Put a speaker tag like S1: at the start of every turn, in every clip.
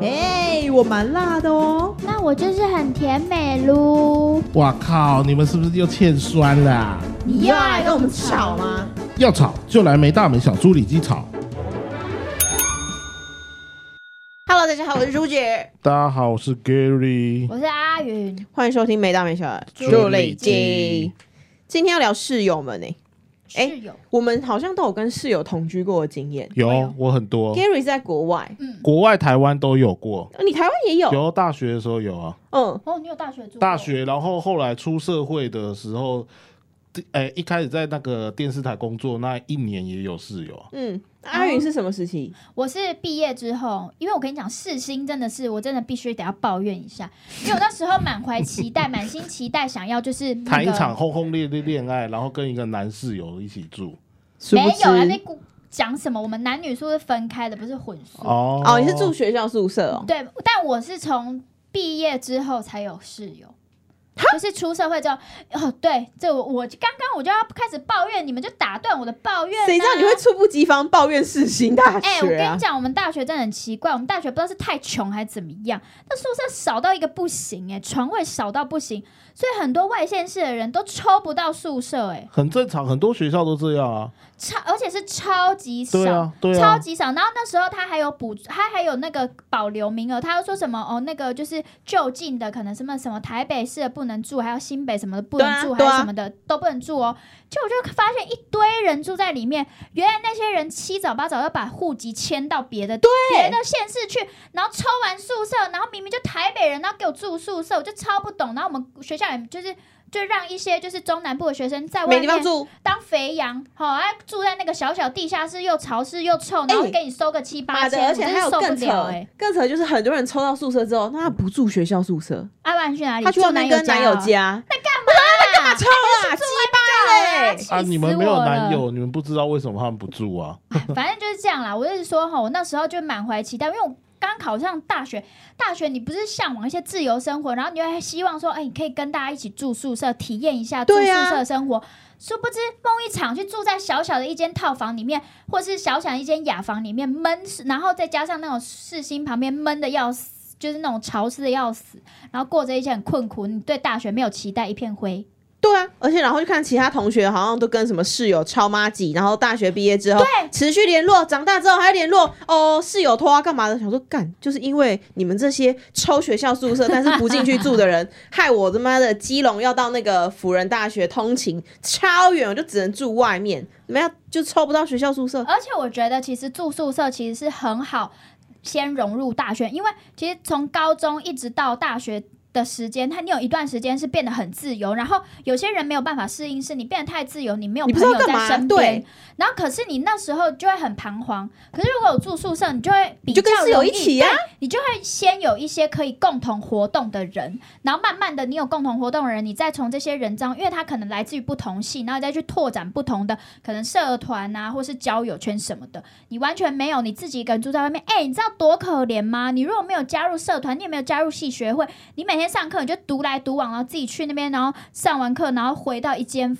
S1: 哎、我蛮辣的哦。
S2: 那我就是很甜美噜。
S3: 哇靠！你们是不是又欠酸啦、
S1: 你又要来跟我们吵吗？
S3: 要吵就来没大没小猪里鸡吵。
S1: Hello，大家好，我是朱姐，
S3: 大家好，我是 Gary。
S2: 我是阿云，
S1: 欢迎收听《没大没小的
S3: 朱丽姬。
S1: 今天要聊室友们呢、哎
S2: 室友，
S1: 我们好像都有跟室友同居过的经验。
S3: 有我很多，
S1: Gary 是在国外，
S2: 嗯，
S3: 国外台湾都有过，
S1: 呃你台湾也有，
S3: 有大学的时候有啊，
S1: 嗯，
S2: 哦，你有大学住过
S3: 大，学，然后后来出社会的时候，第哎、一开始在那个电视台工作那一年也有室友啊，
S1: 嗯，阿云是什么时期？
S2: 我是毕业之后，因为我跟你讲，世新真的是我真的必须得要抱怨一下，因为我那时候满怀期待，满心期待想要就是 那
S3: 谈一
S2: 个
S3: 场轰轰烈烈恋爱，然后跟一个男室友一起住。
S1: 殊
S2: 没
S1: 不
S2: 有啊，那
S1: 知
S2: 故讲什么？我们男女宿是分开的，不是混宿。
S3: 哦
S1: 哦，你是住学校宿舍哦。
S2: 对，但我是从毕业之后才有室友。就是出社会之后，哦，对，这我我刚刚我就要开始抱怨，你们就打断我的抱怨、啊。
S1: 谁知道你会猝不及防抱怨世新大
S2: 哎、我
S1: 学
S2: 跟
S1: 啊
S2: 你？讲，我们大学真的很奇怪，我们大学不知道是太穷还是怎么样，那宿舍少到一个不行、哎，床位少到不行，所以很多外县市的人都抽不到宿舍、哎，
S3: 很正常，很多学校都这样啊。
S2: 超而且是超级少。
S3: 对啊，对
S2: 超
S3: 啊。
S2: 级少，然后那时候他还有补，他还有那个保留名额，他又说什么哦，那个就是就近的，可能什么什么台北市的不能住，还有新北什么的不能
S1: 对
S2: 住，
S1: 啊对啊
S2: 还有什么的都不能住哦。就我就发现一堆人住在里面，原来那些人七早八早要把户籍迁到别的别的县市去，然后抽完宿舍，然后明明就台北人，然后给我住宿舍，我就超不懂。然后我们学校也就是就让一些就是中南部的学生在外
S1: 没地
S2: 面
S1: 方住，
S2: 当肥羊，好、啊，住在那个小小地下室，又潮湿又臭，然后给你收个七八
S1: 哎妈的！
S2: 千，
S1: 而
S2: 我
S1: 且
S2: 真
S1: 还
S2: 是
S1: 有
S2: 受不
S1: 更
S2: 了
S1: 扯
S2: 哎、欸。，
S1: 更扯就是很多人抽到宿舍之后，那他不住学校宿舍，
S2: 阿婉去哪里？
S1: 他去外面跟
S2: 啊住
S1: 男
S2: 友
S1: 友家，
S2: 那 干嘛？
S1: 抽啊，鸡巴嘞！
S3: 啊，
S2: 气
S3: 你们
S2: 死
S3: 没有
S2: 我
S3: 男
S2: 了
S3: 友，你们不知道为什么他们不住啊？
S2: 反正就是这样啦。我就是说哈，我那时候就满怀期待，因为我刚考上大学，大学你不是向往一些自由生活，然后你又希望说，哎、你可以跟大家一起住宿舍，体验一下住宿
S1: 对啊
S2: 舍的生活。殊不知梦一场，去住在小小的一间套房里面，或是小小的一间雅房里面闷死，然后再加上那种世新旁边闷的要死。就是那种潮湿的要死，然后过着一些很困苦，你对大学没有期待，一片灰。
S1: 对啊，而且然后就看其他同学好像都跟什么室友超妈几，然后大学毕业之后
S2: 对
S1: 持续联络，长大之后还联络哦，室友拖啊干嘛的？想说干，就是因为你们这些抽学校宿舍但是不进去住的人， 害我他妈的基隆要到那个辅仁大学通勤超远，我就只能住外面，怎么样就抽不到学校宿舍？
S2: 而且我觉得，其实住宿舍其实是很好先融入大学，因为其实从高中一直到大学。的时间，他你有一段时间是变得很自由，然后有些人没有办法适应，是你变得太自由，你没有
S1: 你不
S2: 朋
S1: 知道
S2: 友在
S1: 干嘛
S2: 身边
S1: 对，
S2: 然后可是你那时候就会很彷徨。可是如果有住宿舍，你就会比
S1: 就跟
S2: 较
S1: 室友
S2: 容
S1: 一
S2: 易
S1: 起啊
S2: 对你就会先有一些可以共同活动的人，然后慢慢的你有共同活动的人，你再从这些人中，因为他可能来自于不同系，然后你再去拓展不同的可能社团啊，或是交友圈什么的，你完全没有你自己一个人住在外面，哎、你知道多可怜吗？你如果没有加入社团，你也没有加入系学会，你每天上课你就独来独往，然后自己去那边，然后上完课，然后回到一间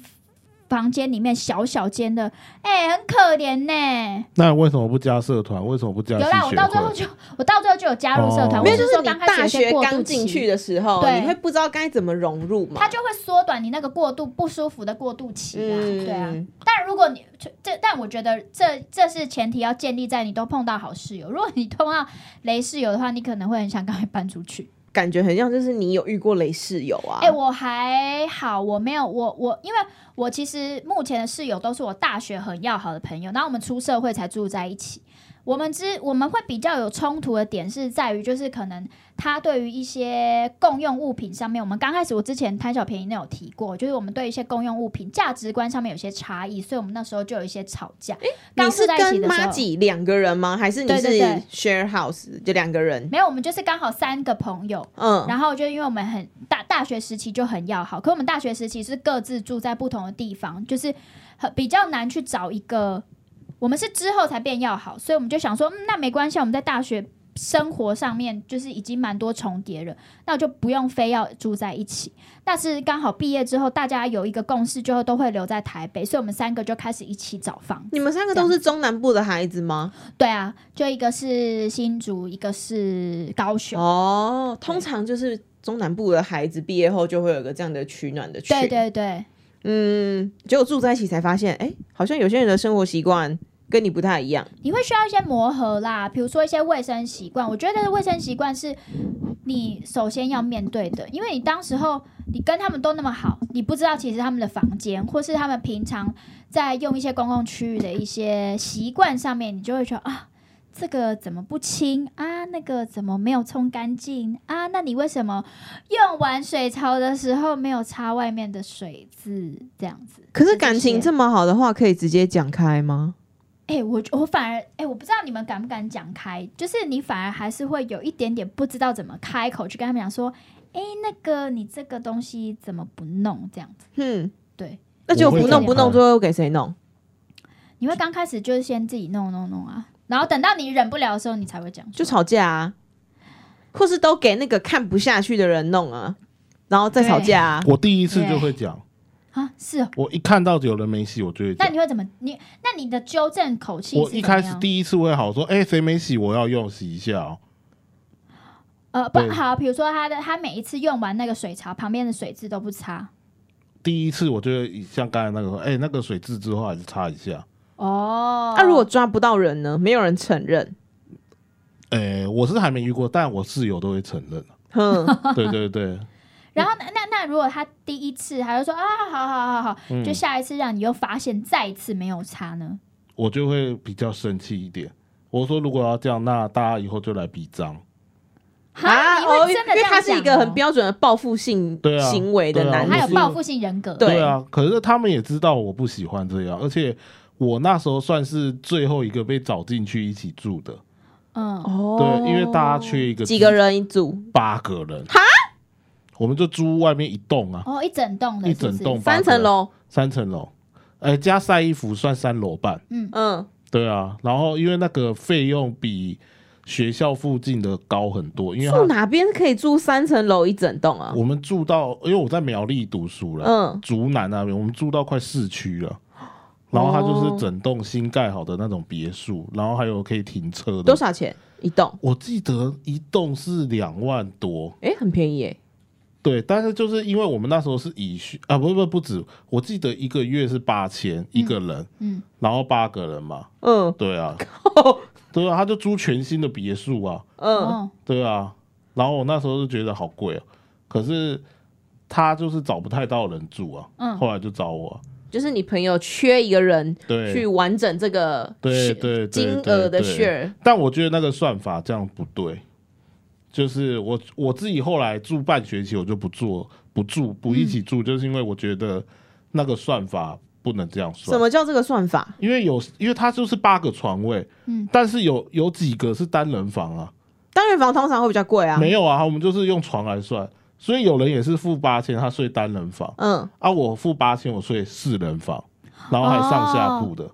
S2: 房间里面小小间的，哎、很可怜呢、
S3: 那为什么不加社团？为什么不加
S2: 有啦，
S3: 系
S2: 我
S3: 学
S2: 到最后
S3: 会？
S2: 就我到最后就有加入社团，
S3: 哦
S2: 我
S1: 没有，
S2: 是
S1: 就是
S2: 说
S1: 你
S2: 刚开始
S1: 大
S2: 有一些
S1: 学
S2: 过渡
S1: 刚进
S2: 期
S1: 去的时候，
S2: 对
S1: 你会不知道该怎么融入嘛？
S2: 它就会缩短你那个过渡不舒服的过渡期啊，对啊。
S1: 嗯
S2: 但如果你这，但我觉得这这是前提，要建立在你都碰到好室友。如果你碰到雷室友的话，你可能会很想赶快搬出去。
S1: 感觉很像，就是你有遇过雷室友啊？
S2: 哎、我还好，我没有，我我因为我其实目前的室友都是我大学很要好的朋友，然后我们出社会才住在一起。我们之我们会比较有冲突的点是在于，就是可能他对于一些共用物品上面，我们刚开始我之前贪小便宜那有提过，就是我们对一些共用物品价值观上面有些差异，所以我们那时候就有一些吵架。刚
S1: 你
S2: 住
S1: 是
S2: 在一起
S1: 跟
S2: 的时
S1: 妈
S2: 候，
S1: 几两个人吗？还是你
S2: 对对
S1: 是
S2: 对
S1: share house 就两个人？
S2: 没有，我们就是刚好三个朋友，
S1: 嗯，
S2: 然后就因为我们很大大学时期就很要好，可我们大学时期是各自住在不同的地方，就是很比较难去找一个。我们是之后才变要好，所以我们就想说，嗯，那没关系，我们在大学生活上面就是已经蛮多重叠了，那我就不用非要住在一起。但是刚好毕业之后，大家有一个共识，就都会留在台北，所以我们三个就开始一起找房。
S1: 你们三个都是中南部的孩子吗？
S2: 对啊，就一个是新竹，一个是高雄。
S1: 哦，通常就是中南部的孩子毕业后就会有个这样的取暖的群，
S2: 对对对，
S1: 嗯，结果住在一起才发现，哎、好像有些人的生活习惯跟你不太一样。
S2: 你会需要一些磨合啦，比如说一些卫生习惯。我觉得卫生习惯是你首先要面对的，因为你当时候你跟他们都那么好，你不知道其实他们的房间或是他们平常在用一些公共区域的一些习惯上面，你就会觉得啊。这个怎么不清啊？那个怎么没有冲干净啊？那你为什么用完水槽的时候没有擦外面的水渍？这样子，
S1: 可是
S2: 就
S1: 感情
S2: 些
S1: 这么好的话，可以直接讲开吗？
S2: 哎、我我反而哎、我不知道你们敢不敢讲开，就是你反而还是会有一点点不知道怎么开口去跟他们讲说，哎、那个你这个东西怎么不弄这样子？
S1: 哼，
S2: 对，
S1: 那结果
S2: 我
S1: 不
S2: 会啊
S1: 弄
S2: 讲
S1: 不弄，
S3: 开
S1: 最后给谁弄？
S2: 你会刚开始就是先自己弄弄弄啊，然后等到你忍不了的时候，你才会讲出来，
S1: 就吵架啊，或是都给那个看不下去的人弄啊，然后再吵架啊。
S3: 我第一次就会讲，
S2: 啊，是哦。
S3: 我一看到有人没洗，我就会
S2: 那
S3: 讲。
S2: 你会怎么？你那你的纠正口气是
S3: 我
S2: 怎么
S3: 一
S2: 样？
S3: 开始第一次会好说，哎、谁没洗，我要用洗一下哦。
S2: 呃不
S3: 对
S2: 好，比如说他的他每一次用完那个水槽旁边的水质都不擦
S3: 第一次我就会像刚才那个说，哎、那个水渍之后还是擦一下。
S2: 哦。
S1: 啊
S3: 啊
S1: 那、如果抓不到人呢？没有人承认。
S3: 哎、我是还没遇过，但我室友都会承认。啊
S1: 哼，
S3: 对 对对，
S2: 然后那那那如果他第一次他就说啊，好好好好，
S3: 嗯
S2: 就下一次让你又发现再一次没有擦呢？
S3: 我就会比较生气一点。我说如果要这样，那大家以后就来比脏。
S2: 哈，你
S1: 哦，
S2: 会
S1: 因
S2: 真的这
S1: 为
S2: 样
S1: 他是一个很
S2: 想哦
S1: 标准的报复性
S3: 对啊
S1: 行为的
S3: 对啊
S1: 男
S3: 我
S2: 他
S1: 人，
S2: 有
S3: 是
S2: 报复性人格，
S1: 对
S3: 啊，可是他们也知道我不喜欢这样，而且我那时候算是最后一个被找进去一起住的。
S2: 嗯，
S1: 哦
S3: 对，因为大家缺一个
S1: 几个人一组，
S3: 八个人，哈，我们就租外面一栋啊，
S2: 哦，一整栋的，
S3: 一整
S2: 是不
S3: 栋
S2: 是
S3: 八个
S1: 三
S3: 人
S1: 层楼，
S3: 三层楼，呃，加晒衣服算三楼半，
S1: 嗯，
S3: 对啊，然后因为那个费用比学校附近的高很多，因为
S1: 住
S3: 它
S1: 哪边可以住三层楼一整栋啊？
S3: 我们住到，因为我在苗栗读书了，
S1: 嗯，
S3: 竹南那边，我们住到快市区了。然后它就是整栋新盖好的那种别墅，然后还有可以停车
S1: 多
S3: 的。
S1: 少钱一栋？
S3: 我记得一栋是两万多，
S1: 哎、很便宜哎、
S3: 对，但是就是因为我们那时候是以学啊，不不不止，我记得一个月是八千一个人，
S2: 嗯，
S3: 然后八个人嘛，
S1: 嗯
S3: 对啊，对啊，他就租全新的别墅啊，
S1: 嗯，
S2: 哦，
S3: 对啊，然后我那时候就觉得好贵啊，可是他就是找不太到人住啊，
S2: 嗯
S3: 后来就找我啊，
S1: 就是你朋友缺一个人
S3: 对
S1: 去完整这个
S3: 对
S1: share-
S3: 对对
S1: 金额的
S3: 对
S1: share，
S3: 但我觉得那个算法这样不对，就是我我自己后来住半学期，我就不做不住不一起住，就是因为我觉得那个算法不能这样
S1: 什
S3: 算。
S1: 么叫这个算法？
S3: 因为有，因为它就是八个床位，
S2: 嗯，
S3: 但是有有几个是单人房啊，
S1: 单人房通常会比较贵啊。
S3: 没有啊，我们就是用床来算，所以有人也是付八千，他睡单人房，
S1: 嗯，
S3: 啊，我付八千，我睡四人房，然后还上下铺的，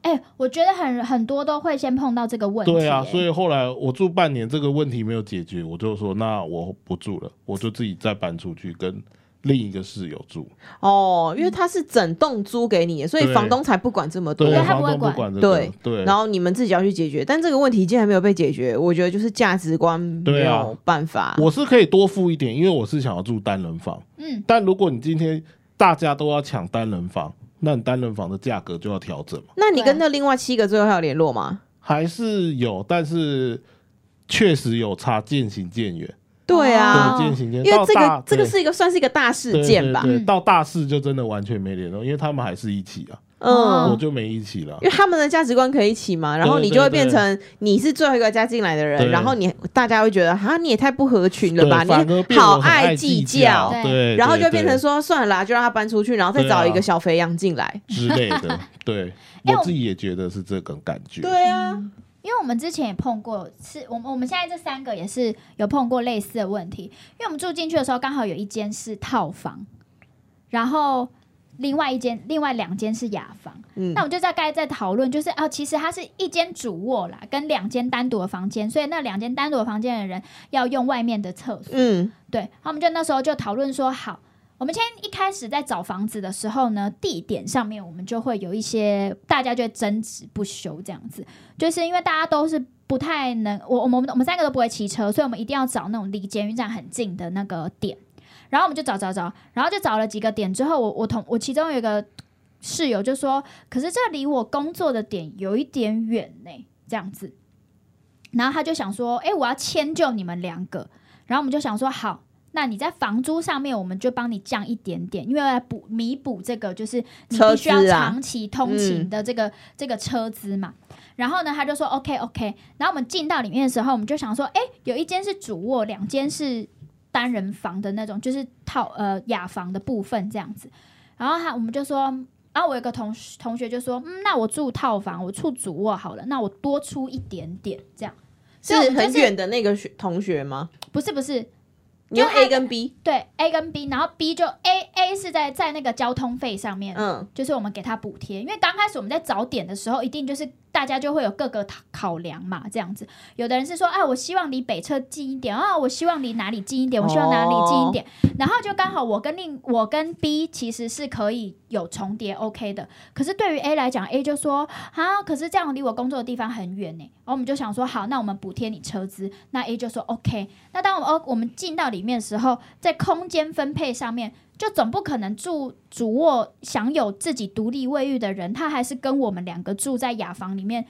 S2: 哎，我觉得很很多都会先碰到这个问题，
S3: 对啊，
S2: 哎
S3: 所以后来我住半年，这个问题没有解决，我就说那我不住了，我就自己再搬出去跟另一个室友住。
S1: 哦，因为它是整栋租给你，所以
S3: 对
S1: 房东才不管这么多
S3: 嗯对，。
S2: 哦
S3: 啊
S2: 他
S3: 房
S2: 不会
S3: 东不
S2: 管
S3: 管这个，
S1: 对
S3: 对
S1: 然后你们自己要去解决，但这个问题竟然没有被解决，我觉得就是价值观没
S3: 对啊
S1: 有办法。
S3: 我是可以多付一点，因为我是想要住单人房。
S2: 嗯，
S3: 但如果你今天大家都要抢单人房，那你单人房的价格就要调整嘛。
S1: 那你跟
S2: 对
S1: 那另外七个最后还有联络吗？
S3: 还是有，但是确实有差，渐行渐远。
S1: 对啊
S2: 哦，
S3: 对，渐行渐
S1: 因
S3: 远。
S1: 为这
S3: 到大
S1: 个这个
S3: 对
S1: 是一个算是一个大事件吧
S3: 对，对对
S2: 嗯
S3: 到大四就真的完全没联络，因为他们还是一起啊，
S1: 嗯
S2: 哦
S3: 我。就没一起了。
S1: 因为他们的价值观可以一起嘛，然后
S3: 对
S1: 你就会
S3: 对对
S1: 变成你是最后一个加进来的人，
S3: 对
S1: 然后你大家会觉得哈，你也太不合群了吧，
S3: 对反而
S1: 你
S3: 变得
S1: 好
S3: 很爱
S1: 计
S3: 较，
S2: 对
S3: 对，
S1: 然后就
S3: 对
S1: 变成说算了啦，就让他搬出去，然后再
S3: 对啊
S1: 找一个小肥羊进来。
S3: 对之类的，对
S2: 哎我
S3: 我自己也觉得是这个感觉，
S1: 对啊，
S2: 因为我们之前也碰过，是我们我们现在这三个也是有碰过类似的问题。因为我们住进去的时候，刚好有一间是套房，然后另外一间、另外两间是雅房。那我就大概在讨论，就是啊，其实它是一间主卧啦，跟两间单独的房间，所以那两间单独的房间的人要用外面的厕所。
S1: 嗯，
S2: 对，他们就那时候就讨论说，好，我们先一开始在找房子的时候呢，地点上面我们就会有一些大家就会争执不休，这样子，就是因为大家都是不太能，我我们我们三个都不会骑车，所以我们一定要找那种离捷运站很近的那个点，然后我们就找找找，然后就找了几个点之后，我我同我其中有一个室友就说，可是这离我工作的点有一点远呢、这样子。然后他就想说，哎、我要迁就你们两个。然后我们就想说，好，那你在房租上面，我们就帮你降一点点，因为要补弥补这个，就是你必须要
S1: 车资啊
S2: 长期通勤的这个、这个车资嘛。然后呢，他就说 OK OK。然后我们进到里面的时候，我们就想说，哎，有一间是主卧，两间是单人房的那种，就是套呃雅房的部分这样子。然后他我们就说，然后我有个同学同学就说，嗯，那我住套房，我住主卧好了，那我多出一点点这样。
S1: 是
S2: 所以我们就是
S1: 很远的那个学同学吗？
S2: 不是不是，
S1: 你用
S2: 就他
S1: A 跟 B，
S2: 对 A 跟 B，然后 B 就 A A 是在在那个交通费上面，
S1: 嗯，
S2: 就是我们给他补贴，因为刚开始我们在找点的时候，一定就是大家就会有各个考考量嘛，这样子。有的人是说，哎，我希望离北车近一点啊，我希望离哪里近一点，我希望哪里近一点。然后就刚好我跟另我跟 B 其实是可以有重叠 OK 的，可是对于 A 来讲，A 就说啊，可是这样离我工作的地方很远呢。哦然后我们就想说，好，那我们补贴你车资。那 A 就说 OK。那当我们哦我们进到里面的时候，在空间分配上面，就总不可能住主卧享有自己独立卫浴的人，他还是跟我们两个住在雅房里面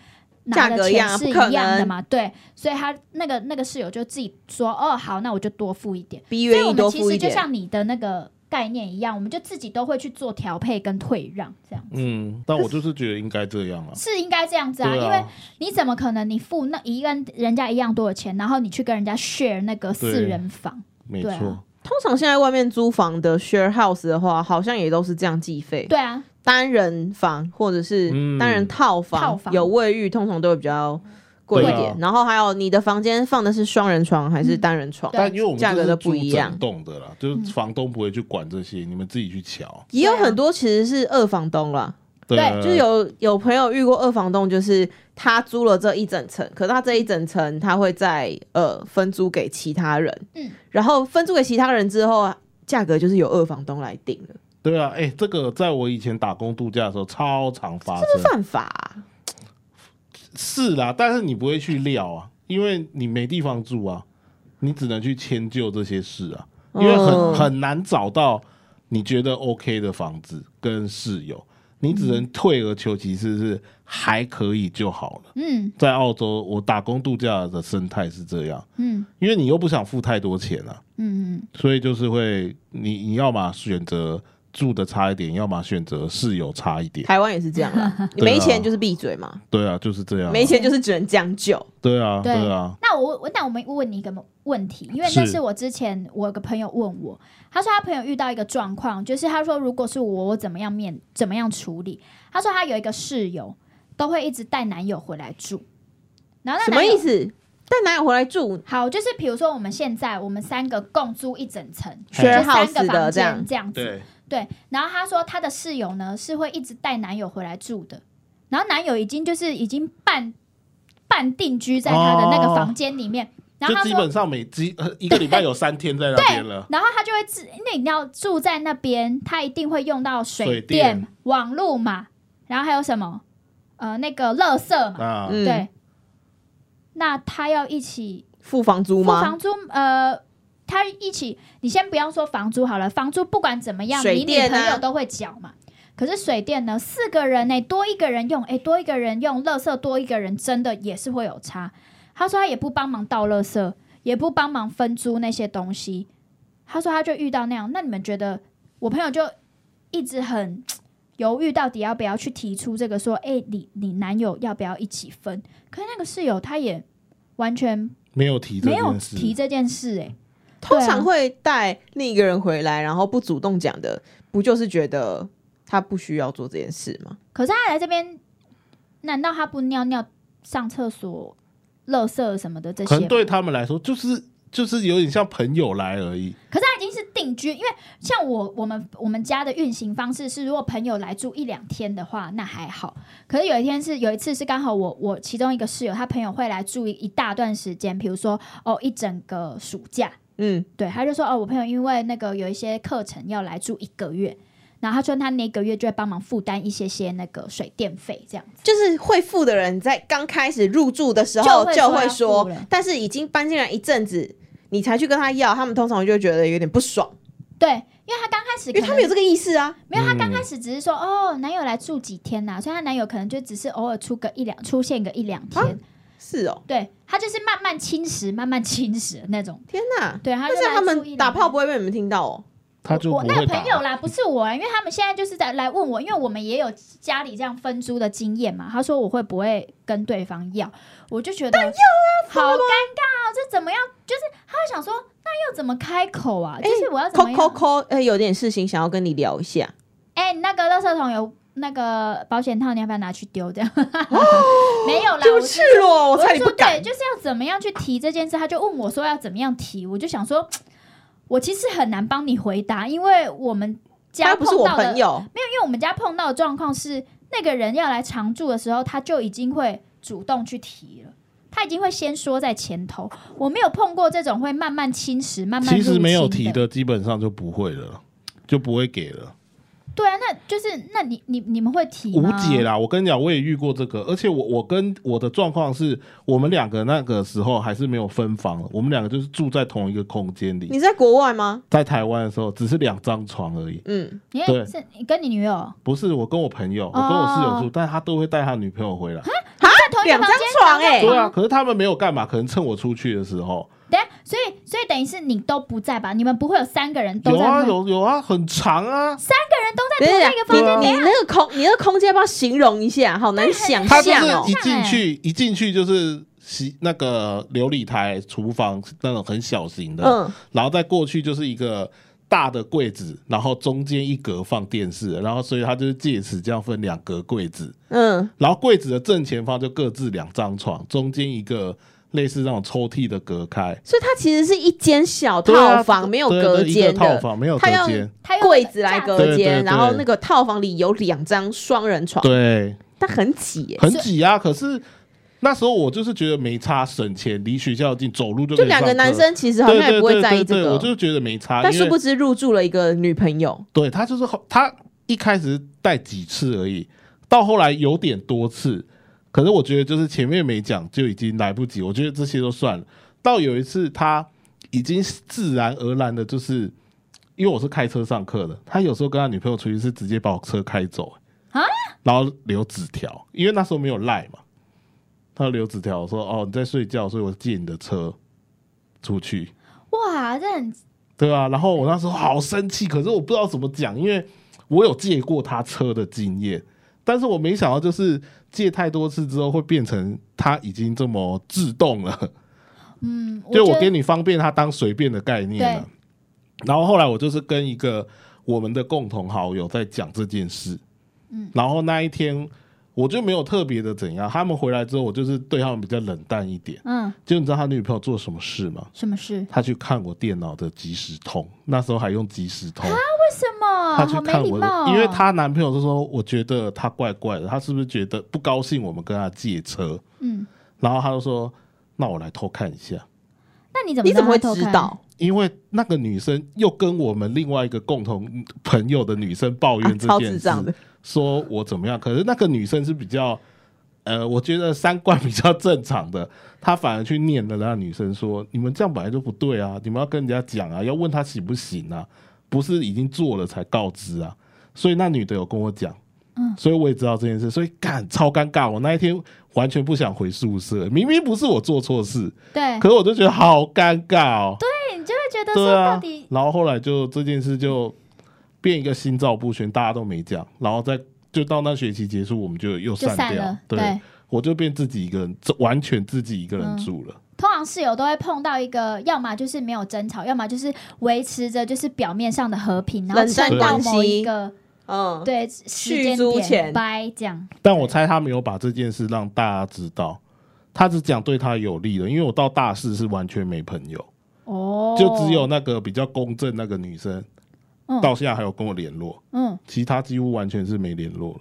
S2: 拿
S1: 价格
S2: 的
S1: 一样
S2: 钱
S1: 啊
S2: 是
S1: 不可
S2: 一样的
S1: 能
S2: 嘛？对，所以他那个那个室友就自己说，哦，好，那我就多付一点。
S1: ，B
S2: 所以
S1: 愿
S2: 我
S1: 意
S2: 们
S1: 多
S2: 其
S1: 付
S2: 实
S1: 一
S2: 就
S1: 点。
S2: 像你的那个概念一样，我们就自己都会去做调配跟退让，这样
S3: 嗯，但我就是觉得应该这
S1: 哦
S3: 样啊。
S2: 是应该这样子啊，
S3: 对
S2: 因为
S3: 啊，
S2: 你怎么可能你付那一个人家一样多的钱，然后你去跟人家 share 那个四
S3: 对
S2: 人房？
S3: 没
S2: 对啊
S3: 错，
S1: 通常现在外面租房的 share house 的话，好像也都是这样计费，
S2: 对啊，
S1: 单人房或者是
S3: 嗯
S1: 单人套房，
S2: 套房
S1: 有卫浴，通常都会比较贵一
S3: 对
S1: 点。
S3: 啊
S1: 然后还有你的房间放的是双人床还是单人床，
S2: 嗯对啊嗯
S3: 但因为我们
S1: 价格
S3: 这是
S1: 都不一
S3: 住
S1: 样
S3: 整栋的啦，就是房东不会去管这些，你们自己去瞧。啊
S1: 也有很多其实是二房东啦。
S2: 对
S1: 就是有有朋友遇过二房东，就是他租了这一整层，可是他这一整层他会再呃分租给其他人，
S2: 嗯
S1: 然后分租给其他人之后，价格就是由二房东来定的，
S3: 对啊，哎、这个在我以前打工度假的时候超常发生。
S1: 犯法啊、
S3: 是啦，但是你不会去料啊，因为你没地方住啊，你只能去迁就这些事啊，因为很、
S1: 嗯
S3: 很难找到你觉得 OK 的房子跟室友，你只能退而求其次，是还可以就好了。
S2: 嗯
S3: 在澳洲，我打工度假的生态是这样，
S2: 嗯
S3: 因为你又不想付太多钱啊，
S2: 嗯嗯，
S3: 所以就是会你你要么选择住的差一点，要么选择室友差一点。
S1: 台湾也是这样啦，你没钱就是闭嘴嘛，
S3: 啊对啊，就是这样啊、
S1: 没钱就是只能将就。
S3: 对啊，
S2: 对
S3: 对啊，
S2: 那我我那我们问你一个问题，因为那
S3: 是
S2: 是我之前我有个朋友问我，他说他朋友遇到一个状况，就是他说如果是我，我怎么样面怎么样处理？他说他有一个室友都会一直带男友回来住，然后
S1: 什
S2: 那
S1: 么
S2: 男友
S1: 意思？带男友回来住，
S2: 好，就是比如说我们现在我们三个共租一整层
S1: Share
S2: 就三
S1: house
S2: 个
S1: 的
S2: 房
S1: 这样
S2: 间这样子，
S3: 对。
S2: 对，然后她说她的室友呢是会一直带男友回来住的，然后男友已经就是已经半半定居在她的那个房间里面，然后
S3: 就
S2: 她
S3: 基
S2: 说
S3: 本上每基呃一个礼拜有三天在那边了。
S2: 然后他就会自，那你要住在那边，他一定会用到水
S3: 水
S2: 电、
S3: 电
S2: 网络嘛，然后还有什么呃那个垃圾嘛，
S3: 啊，
S1: 嗯，
S2: 对，那他要一起
S1: 付房啊租
S2: 付
S1: 吗？
S2: 房租呃。他一起，你先不要说房租好了，房租不管怎么样，
S1: 水
S2: 你女
S1: 电
S2: 朋
S1: 啊
S2: 友都会缴嘛。可是水电呢，四个人呢、多一个人用，哎、多一个人用，垃圾多一个人，真的也是会有差。他说他也不帮忙倒垃圾，也不帮忙分租那些东西。他说他就遇到那样，那你们觉得我朋友就一直很犹豫，到底要不要去提出这个说，哎、你你男友要不要一起分？可是那个室友他也完全
S3: 没有提这
S2: 没有
S3: 件事，
S2: 提这件事、哎，
S1: 通
S2: 对啊
S1: 常会带另一个人回来，然后不主动讲的，不就是觉得他不需要做这件事吗？
S2: 可是他来这边，难道他不尿尿、上厕所、垃圾什么的这
S3: 可能
S2: 些？
S3: 对他们来说就是就是有点像朋友来而已。
S2: 可是他已经定是定居，因为像我我们我们家的运行方式是，如果朋友来住一两天的话，那还好。可是有一天是有一次是刚好我我其中一个室友，他朋友会来住一一大段时间，比如说哦一整个暑假，
S1: 嗯，
S2: 对，他就说哦，我朋友因为那个有一些课程要来住一个月，然后他说他那个月就会帮忙负担一些些那个水电费这样子。
S1: 就是会付的人在刚开始入住的时
S2: 就
S1: 候
S2: 会
S1: 就
S2: 说
S1: 会
S2: 要
S1: 说
S2: 付了，
S1: 但是已经搬进来一阵子，你才去跟他要，他们通常就会觉得有点不爽，
S2: 对，因为他刚开始
S1: 因为
S2: 可
S1: 他
S2: 能
S1: 们有这个意识啊。
S2: 没有，她刚
S3: 嗯
S2: 开始只是说、哦，男友来住几天呐、所以她男友可能就只是偶尔出个一两，出现个一两
S1: 啊
S2: 天，
S1: 是哦，
S2: 对她就是慢慢侵蚀，慢慢侵蚀的那种。
S1: 天哪！
S2: 对，她
S1: 但
S2: 就是来
S1: 他
S2: 住一
S1: 们
S2: 两
S1: 打炮
S2: 天
S1: 不会被你们听到哦。
S3: 他就不
S2: 我那
S3: 会
S2: 个
S3: 打
S2: 朋。友啦，不是我啊，因为他们现在就是在来问我，因为我们也有家里这样分租的经验嘛。他说我会不会跟对方要，我就觉得要啊，好尴尬哦，这怎么样？就是他想说，那要怎么开口啊？就是我要怎
S1: 扣
S2: 么
S1: 扣
S2: 样？
S1: 扣，哎，有点事情想要跟你聊一下。
S2: 哎、你那个垃圾桶有那个保险套，你要不要拿去丢？这样
S3: 哦
S2: 没有啦，
S1: 对
S2: 我
S1: 不
S2: 是
S1: 起咯，我
S2: 我
S1: 猜
S2: 就
S1: 你
S2: 说
S1: 不敢
S2: 对，。就是要怎么样去提这件事，他就问我说要怎么样提，我就想说，我其实很难帮你回答，因为我们
S1: 他
S2: 家
S1: 又不是
S2: 碰
S1: 我
S2: 到的
S1: 朋友，
S2: 没有，因为我们家碰到的状况是，那个人要来常住的时候，他就已经会主动去提了。他已经会先说在前头，我没有碰过这种会慢慢侵蚀、慢慢
S3: 其实没有
S2: 入侵
S3: 提
S2: 的。
S3: 的，基本上就不会了，就不会给了，
S2: 对啊，那就是那你你你们会提
S3: 无
S2: 吗？
S3: 解啦。我跟你讲，我也遇过这个，而且我我跟我的状况是我们两个那个时候还是没有分房，我们两个就是住在同一个空间里
S2: 嗯
S1: 你，在国外吗？
S3: 在台湾的时候只是两张床而已。
S1: 嗯，
S2: 你
S3: 对
S2: 哎是你跟你女
S1: 啊
S2: 友
S3: 不是我跟我朋友，我跟我室
S2: 哦
S3: 友住，但他都会带他女朋友回来。
S2: 在同一个
S1: 两
S2: 房
S1: 张
S2: 间
S1: 床哎
S3: 对啊，可是他们没有干嘛，可能趁我出去的时候，
S2: 等一下，所以所以等于是你都不在吧？你们不会有三个人都
S3: 有
S2: 在
S3: 啊
S2: 同一
S3: 有有啊，很长啊。
S2: 都在
S1: 等一
S2: 同
S1: 下
S2: 一个房间
S3: 对啊
S2: 里？
S1: 你那个空，你那个空间要不要形容一下？好难想
S3: 他就
S1: 象
S3: 是
S1: 哦
S3: 一。进去一进去就是洗那个琉璃台厨房那种很小型的，
S1: 嗯，
S3: 然后再过去就是一个大的柜子，然后中间一格放电视，然后所以它就是借此这样分两格柜子，
S1: 嗯，
S3: 然后柜子的正前方就各自两张床，中间一个类似那种抽屉的隔开。
S1: 所以它其实是一间小
S3: 对啊
S1: 套房，没有
S3: 对
S1: 隔
S3: 对一个
S1: 间
S3: 套
S1: 的。
S3: 房没有隔
S1: 他要
S3: 间，
S2: 他用
S1: 柜子来隔
S3: 对对对
S1: 间，然后那个套房里有两张双人床，
S3: 对，
S1: 但很挤耶，
S3: 很挤啊。可是那时候我就是觉得没差，省钱，离学校近，走路就可
S1: 就
S3: 以上
S1: 两个男
S3: 课。
S1: 生其实
S3: 对
S1: 好
S3: 对
S1: 像也不会
S3: 对
S1: 在意
S3: 对
S1: 这
S3: 对我
S1: 个，
S3: 就觉得没差，
S1: 但
S3: 因
S1: 殊
S3: 为
S1: 不知入住了一个女朋友，
S3: 对他就是后他一开始带几次而已，到后来有点多次，可是我觉得就是前面没讲就已经来不及，我觉得这些都算了。到有一次他已经自然而然的，就是因为我是开车上课的，他有时候跟他女朋友出去是直接把我车开走、欸
S2: 啊
S3: 然后留纸条，因为那时候没有赖嘛，他留纸条说哦你在睡觉，所以我借你的车出去。
S2: 哇，这很
S3: 对啊，然后我那时候好生气，可是我不知道怎么讲，因为我有借过他车的经验，但是我没想到就是借太多次之后会变成他已经这么自动了，
S2: 嗯，
S3: 就
S2: 觉
S3: 我
S2: 得
S3: 给你方便，他当随便的概念了。然后后来我就是跟一个我们的共同好友在讲这件事，嗯，然后那一天我就没有特别的怎样，他们回来之后我就是对他们比较冷淡一点。
S2: 嗯，
S3: 就你知道他女朋友做什么事吗？
S2: 什么事？
S3: 他去看我电脑的即时通，那时候还用即时通，
S2: 为什么？
S3: 他去
S2: 好没
S3: 看
S2: 礼
S3: 我的，
S2: 貌哦
S3: 因为她男朋友就说，我觉得他怪怪的，他是不是觉得不高兴我们跟他借车？
S2: 嗯，
S3: 然后他就说，那我来偷看一下，
S2: 那你怎么
S1: 你怎么会
S2: 知道他偷
S1: 知
S2: 看？
S1: 道？
S3: 因为那个女生又跟我们另外一个共同朋友的女生抱
S1: 啊
S3: 怨这
S1: 超
S3: 件
S1: 智
S3: 事，
S1: 障的，
S3: 说我怎么样，可是那个女生是比较。呃，我觉得三观比较正常的，她反而去念了那女生说：“你们这样本来就不对啊，你们要跟人家讲啊，要问她行不行啊，不是已经做了才告知啊。”所以那女的有跟我讲，
S2: 嗯
S3: 所以我也知道这件事，所以干超尴尬。我那一天完全不想回宿舍，明明不是我做错事，
S2: 对，
S3: 可是我就觉得好尴尬哦。
S2: 对你就会觉得
S3: 对
S2: 说到
S3: 啊
S2: 底，，
S3: 然后后来就这件事就变一个心照不宣，大家都没讲，然后再就到那学期结束，我们就又
S2: 就
S3: 散
S2: 散
S3: 掉。
S2: 了
S3: 对，
S2: 对
S3: 我就变自己一个人，这完全自己一个人
S2: 嗯
S3: 住了。
S2: 通常室友都会碰到一个，要么就是没有争吵，要么就是维持着就是表面上的和平，然后
S1: 冷
S3: 战
S2: 撑到
S1: 关
S2: 某
S1: 系
S2: 一个
S1: 嗯，
S2: 对时间
S1: 租
S2: 点
S1: 前
S2: 掰这样。
S3: 但我猜他没有把这件事让大家知道，他只讲对他有利的，因为我到大四是完全没朋友，
S2: 哦，哦，
S3: 就只有那个比较公正那个女生，
S2: 嗯
S3: 到现在还有跟我联络，
S2: 嗯，
S3: 其他几乎完全是没联络了。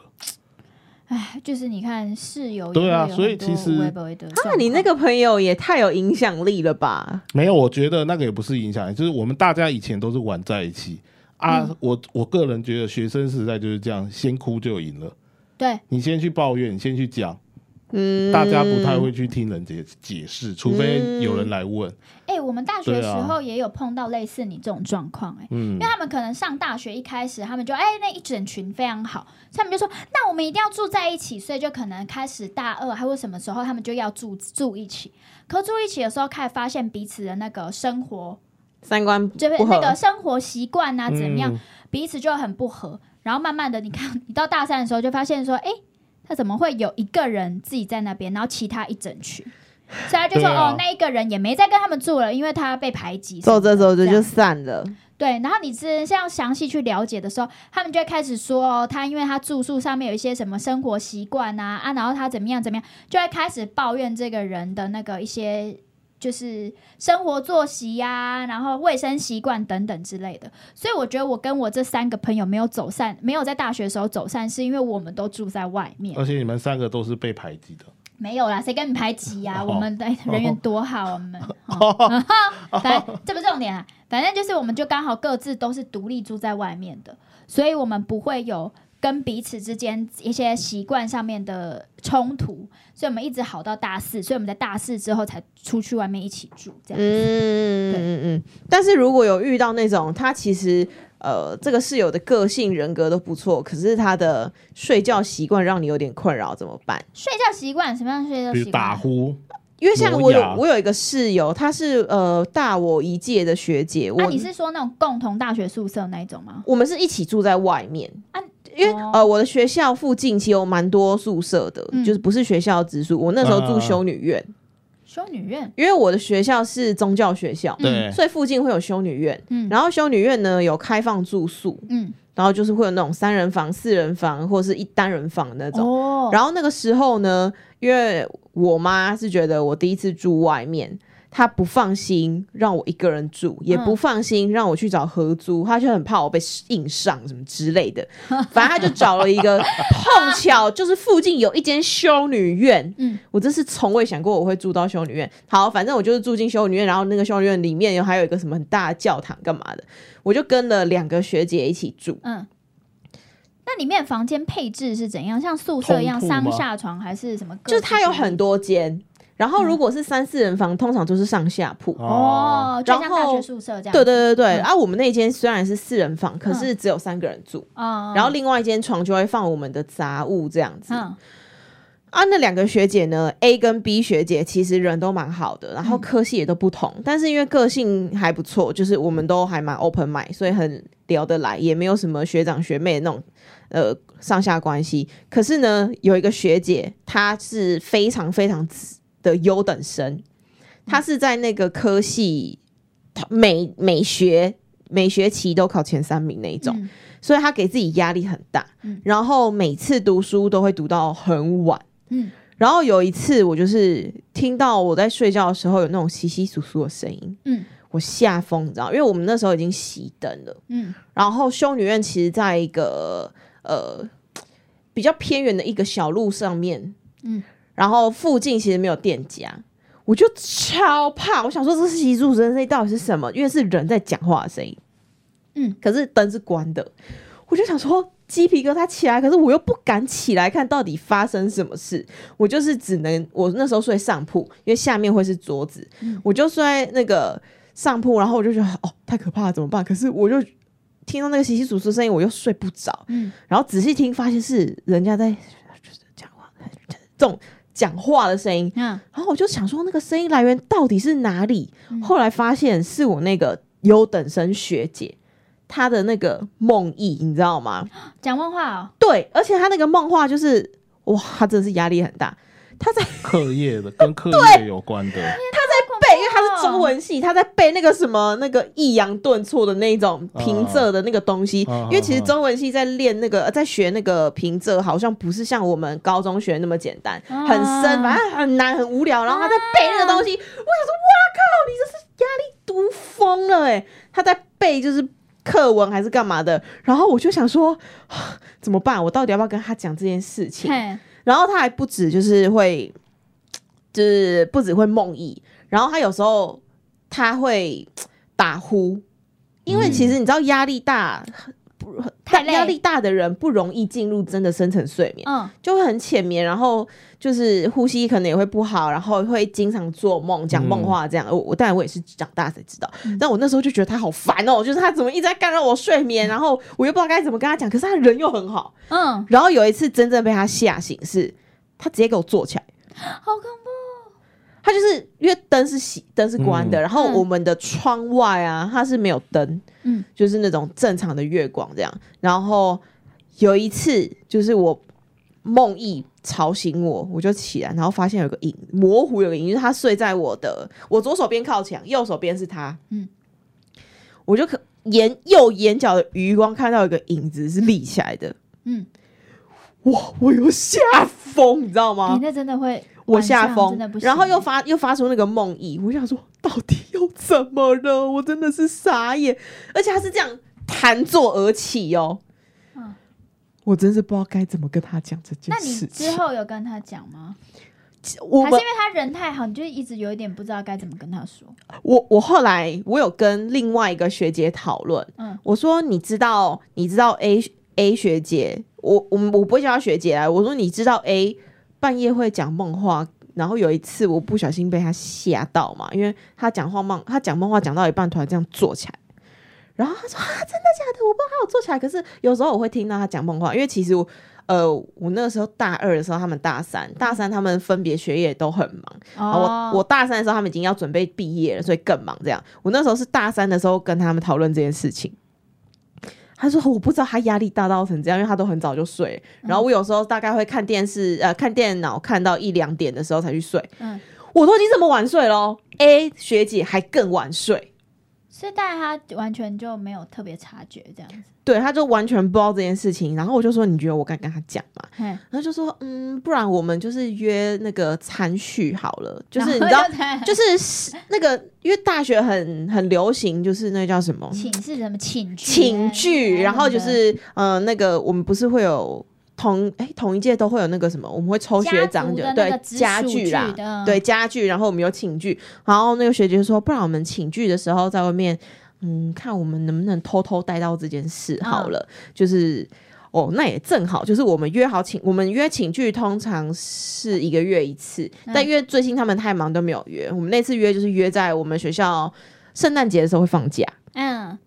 S2: 哎，就是你看室友也
S3: 对啊
S2: 会有
S3: 所以
S2: 很多
S3: 其实
S2: 无微不微的
S1: 啊，你那
S2: 状况
S1: 个朋友也太有影响力了吧？
S3: 没有，我觉得那个也不是影响，就是我们大家以前都是玩在一起啊。
S1: 嗯
S3: 我我个人觉得学生时代就是这样，先哭就赢了。
S2: 对
S3: 你先去抱怨，你先去讲，
S1: 嗯，
S3: 大家不太会去听人解解释，除非有人来问。
S1: 嗯
S2: 哎、我们大学
S3: 对
S2: 时
S3: 啊
S2: 候也有碰到类似你这种状况、哎、
S3: 嗯
S2: 因为，他们可能上大学一开始，他们就哎、那一整群非常好，所以他们就说那我们一定要住在一起，所以就可能开始大二还或什么时候他们就要住住一起，可住一起的时候开始发现彼此的那个生活，
S1: 三观
S2: 就是
S1: 不合
S2: 那个生活习惯啊怎么样，
S3: 嗯
S2: 彼此就很不合，然后慢慢的你看你到大三的时候就发现说，哎、他怎么会有一个人自己在那边，然后其他一整群？所以他就说、
S3: 对啊
S2: 哦，那一个人也没再跟他们住了，因为他被排挤什
S1: 走
S2: 么的。啊
S1: 着走着
S2: 这样
S1: 就散了。
S2: 对，然后你真这样详细去了解的时候，他们就会开始说哦，他因为他住宿上面有一些什么生活习惯啊啊，然后他怎么样怎么样，就会开始抱怨这个人的那个一些就是生活作息呀、然后卫生习惯等等之类的。所以我觉得我跟我这三个朋友没有走散，没有在大学的时候走散，是因为我们都住在外面。
S3: 而且你们三个都是被排挤的，
S2: 没有啦，谁跟你排挤呀、
S3: 哦
S2: 我们的人缘多好，我 们。哦 反正这不是重点啊，反正就是我们就刚好各自都是独立住在外面的，所以我们不会有跟彼此之间一些习惯上面的冲突，所以我们一直好到大四，所以我们在大四之后才出去外面一起住，这样。
S1: 嗯嗯嗯。但是如果有遇到那种他其实呃这个室友的个性人格都不错，可是他的睡觉习惯让你有点困扰，怎么办？
S2: 睡觉习惯什么样
S1: 嗯
S2: 的睡觉
S3: 比
S2: 习
S3: 如打
S2: 惯？
S3: 呼，
S1: 因为像我
S3: 磨
S1: 有啊
S3: 牙
S1: 我有一个室友，她是呃大我一届的学姐，我、
S2: 啊，你是说那种共同大学宿舍那一种吗？
S1: 我们是一起住在外面
S2: 啊
S1: 因为、
S2: 哦
S1: 呃，我的学校附近其实有蛮多宿舍的，
S2: 嗯
S1: 就是不是学校直宿。我那时候住修女院，
S2: 修女院？
S1: 因为我的学校是宗教学校，
S3: 对，
S1: 所以附近会有修女院。
S2: 嗯
S1: 然后修女院呢有开放住宿，
S2: 嗯，
S1: 然后就是会有那种三人房、四人房或是一单人房那种。
S2: 哦，
S1: 然后那个时候呢，因为我妈是觉得我第一次住外面，她不放心让我一个人住，也不放心让我去找合租，她就很怕我被硬上什么之类的。反正她就找了一个碰巧就是附近有一间修女院，
S2: 嗯
S1: 嗯，我真是从未想过我会住到修女院。好，反正我就是住进修女院，然后那个修女院里面有还有一个什么很大的教堂干嘛的，我就跟了两个学姐一起住。
S2: 嗯，那里面房间配置是怎样？像宿舍一样
S3: 通铺吗
S2: 上下床还嗯是什么各
S1: 就
S2: 自
S1: 是
S2: 独立？
S1: 它有很多间，然后如果是三四人房，通常都是上下铺。
S3: 哦，
S2: 哦，就像
S1: 然
S2: 大
S1: 后
S2: 学宿舍这样。
S1: 对对对对，
S2: 嗯
S1: 啊，我们那间虽然是四人房，可是只有三个人住，
S2: 嗯，嗯
S1: 然后另外一间床就会放我们的杂物这样子。
S2: 嗯
S1: 啊，那两个学姐呢，A 跟 B 学姐其实人都蛮好的，然后
S2: 嗯
S1: 科系也都不同，但是因为个性还不错，就是我们都还蛮 open mind，所以很聊得来，也没有什么学长学妹的那种呃上下关系。可是呢，有一个学姐，她是非常非常的优等生，她是在那个科系她每每学每学期都考前三名那一种。
S2: 嗯
S1: 所以他给自己压力很大，
S2: 嗯
S1: 然后每次读书都会读到很晚，
S2: 嗯
S1: 然后有一次我就是听到我在睡觉的时候有那种稀稀疏疏的声音，
S2: 嗯
S1: 我吓疯，你知道，因为我们那时候已经熄灯了，
S2: 嗯
S1: 然后修女院其实在一个呃比较偏远的一个小路上面，
S2: 嗯
S1: 嗯，然后附近其实没有店家。我就超怕，我想说这是习俗声，声音到底是什么？因为是人在讲话的声音，
S2: 嗯
S1: 嗯，可是灯是关的，我就想说鸡皮疙瘩起来，可是我又不敢起来看到底发生什么事，我就是只能我那时候睡上铺，因为下面会是桌子，
S2: 嗯
S1: 我就睡在那个上铺，然后我就觉得哦太可怕了，怎么办？可是我就听到那个稀稀疏疏声音，我又睡不着，
S2: 嗯
S1: 然后仔细听发现是人家在就是讲话，这种讲话的声音，
S2: 嗯，
S1: 然后我就想说那个声音来源到底是哪里？后来发现是我那个优等生学姐。她的那个梦呓，你知道吗？
S2: 讲梦话哦，
S1: 对，而且他那个梦话就是，哇，他真的是压力很大。他在
S3: 课业的跟课业有关的，
S1: 背，因为他是中文系，他在背那个什么那个抑扬顿挫的那种平仄的那个东西。
S3: 嗯嗯嗯
S1: 因为其实中文系在练那个，呃在学那个平仄，好像不是像我们高中学那么简单，
S2: 嗯
S1: 很深，反正很难很无聊。然后他在背那个东西，我想说，哇靠，你这是压力乌疯了哎、他在背就是课文还是干嘛的，然后我就想说 啊怎么办？我到底要不要跟他讲这件事情？
S2: 嘿，
S1: 然后他还不止就是会，就是不止会梦呓，然后他有时候他会打呼，因为其实你知道压力大，
S2: 太累
S1: 压力大的人不容易进入真的深层睡眠，
S2: 嗯，
S1: 就会很浅眠，然后就是呼吸可能也会不好，然后会经常做梦、讲梦话这样。我我当然我也是长大才知道，
S2: 嗯
S1: 但我那时候就觉得他好烦哦，就是他怎么一直在干扰我睡眠，然后我又不知道该怎么跟他讲，可是他人又很好。
S2: 嗯，
S1: 然后有一次真正被他吓醒是，他直接给我坐起来，
S2: 好恐怖，
S1: 他就是因为灯是熄灯是关的，
S3: 嗯
S1: 然后
S2: 嗯
S1: 我们的窗外啊，它是没有灯，
S2: 嗯，
S1: 就是那种正常的月光这样。然后有一次就是我梦呓吵醒我，我就起来，然后发现有个影模糊有个影，就是他睡在我的我左手边靠墙，右手边是他，
S2: 嗯，
S1: 我就可眼右眼角的余光看到有个影子是立起来的，
S2: 嗯，
S1: 哇，我有吓疯，你知道吗？
S2: 你那真的会
S1: 我
S2: 晚上
S1: 吓疯
S2: 真的不，行欸
S1: 然后又发又发出那个梦呓，我想说到底又怎么了？我真的是傻眼，而且他是这样弹坐而起哦，
S2: 嗯
S1: 我真是不知道该怎么跟他讲这件
S2: 那你
S1: 事
S2: 之
S1: 情。
S2: 后有跟他讲吗？
S1: 我
S2: 还是
S1: 们
S2: 因为他人太好，你就一直有一点不知道该怎么跟他说？
S1: 我我后来我有跟另外一个学姐讨论，
S2: 嗯
S1: 我说你知道你知道 A A 学姐，我我们我不会叫她学姐啊来，我说你知道 A 半夜会讲梦话，然后有一次我不小心被她吓到嘛，因为她讲话梦，她讲梦话讲到一半突然这样坐起来。然后她说啊，真的假的？我不知道她有坐起来，可是有时候我会听到她讲梦话，因为其实我，呃，我那个时候大二的时候，他们大三，大三他们分别学业都很忙，然后
S2: 哦
S1: 我我大三的时候，他们已经要准备毕业了，所以更忙。这样，我那时候是大三的时候跟他们讨论这件事情。他说我不知道他压力大到成这样，因为他都很早就睡。然后我有时候大概会看电视，呃，看电脑看到一两点的时候才去睡。
S2: 嗯，
S1: 我都已经这么晚睡喽，A 学姐还更晚睡，
S2: 所以但他完全就没有特别察觉这样子。
S1: 对，他就完全不知道这件事情。然后我就说你觉得我该跟他讲吗？
S2: 嘿，
S1: 然后就说嗯，不然我们就是约那个餐叙好了，就
S2: 然
S1: 是
S2: 后
S1: 你知道
S2: 才
S1: 就是那个，因为大学很很流行，就是那叫什么
S2: 请是什么请剧
S1: 寝哦具，
S2: 哎
S1: 然后就
S2: 什么的
S1: 是呃，那个我们不是会有同哎同一届都会有那个什么，我们会抽学长
S2: 家
S1: 姐
S2: 族的那
S1: 对
S2: 个直属
S1: 家具啦
S2: 剧，的
S1: 对家具，然后我们有寝具，然后那个学姐就说，不然我们寝具的时候在外面，嗯，看我们能不能偷偷带到这件事好了，就是。哦，那也正好，就是我们约好请，我们约请剧通常是一个月一次，
S2: 嗯
S1: 但因为最近他们太忙都没有约。我们那次约就是约在我们学校圣诞节的时候会放假，
S2: 嗯，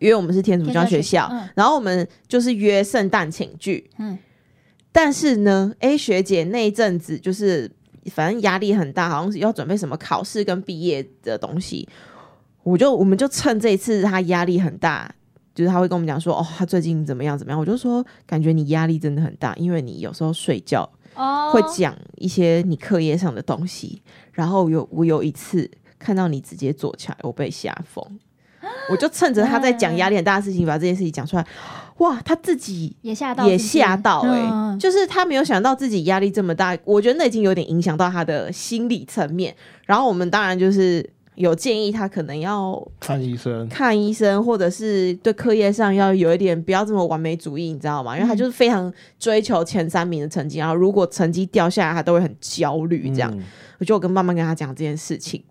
S1: 因为我们是天主教学校，
S2: 天主教学校嗯
S1: 然后我们就是约圣诞请剧。
S2: 嗯
S1: 但是呢，A 学姐那一阵子就是反正压力很大，好像是要准备什么考试跟毕业的东西，我就我们就趁这一次她压力很大。就是她会跟我们讲说，哦，她最近怎么样怎么样，我就说感觉你压力真的很大，因为你有时候睡觉
S2: 哦，
S1: 会讲一些你课业上的东西。然后有我有一次看到你直接坐起来，我被吓疯。
S2: 啊
S1: 我就趁着他在讲
S2: 嗯
S1: 压力很大的事情，把这件事情讲出来。哇，他自己
S2: 也吓到
S1: 也
S2: 是不是
S1: 吓到哎、
S2: 嗯
S1: 就是他没有想到自己压力这么大，我觉得那已经有点影响到他的心理层面。然后我们当然就是有建议他可能要
S3: 看医生，
S1: 看医生，或者是对课业上要有一点不要这么完美主义，你知道吗？因为他就是非常追求前三名的成绩，然后如果成绩掉下来，他都会很焦虑。这样，
S3: 嗯
S1: 我就有跟妈妈跟他讲这件事情。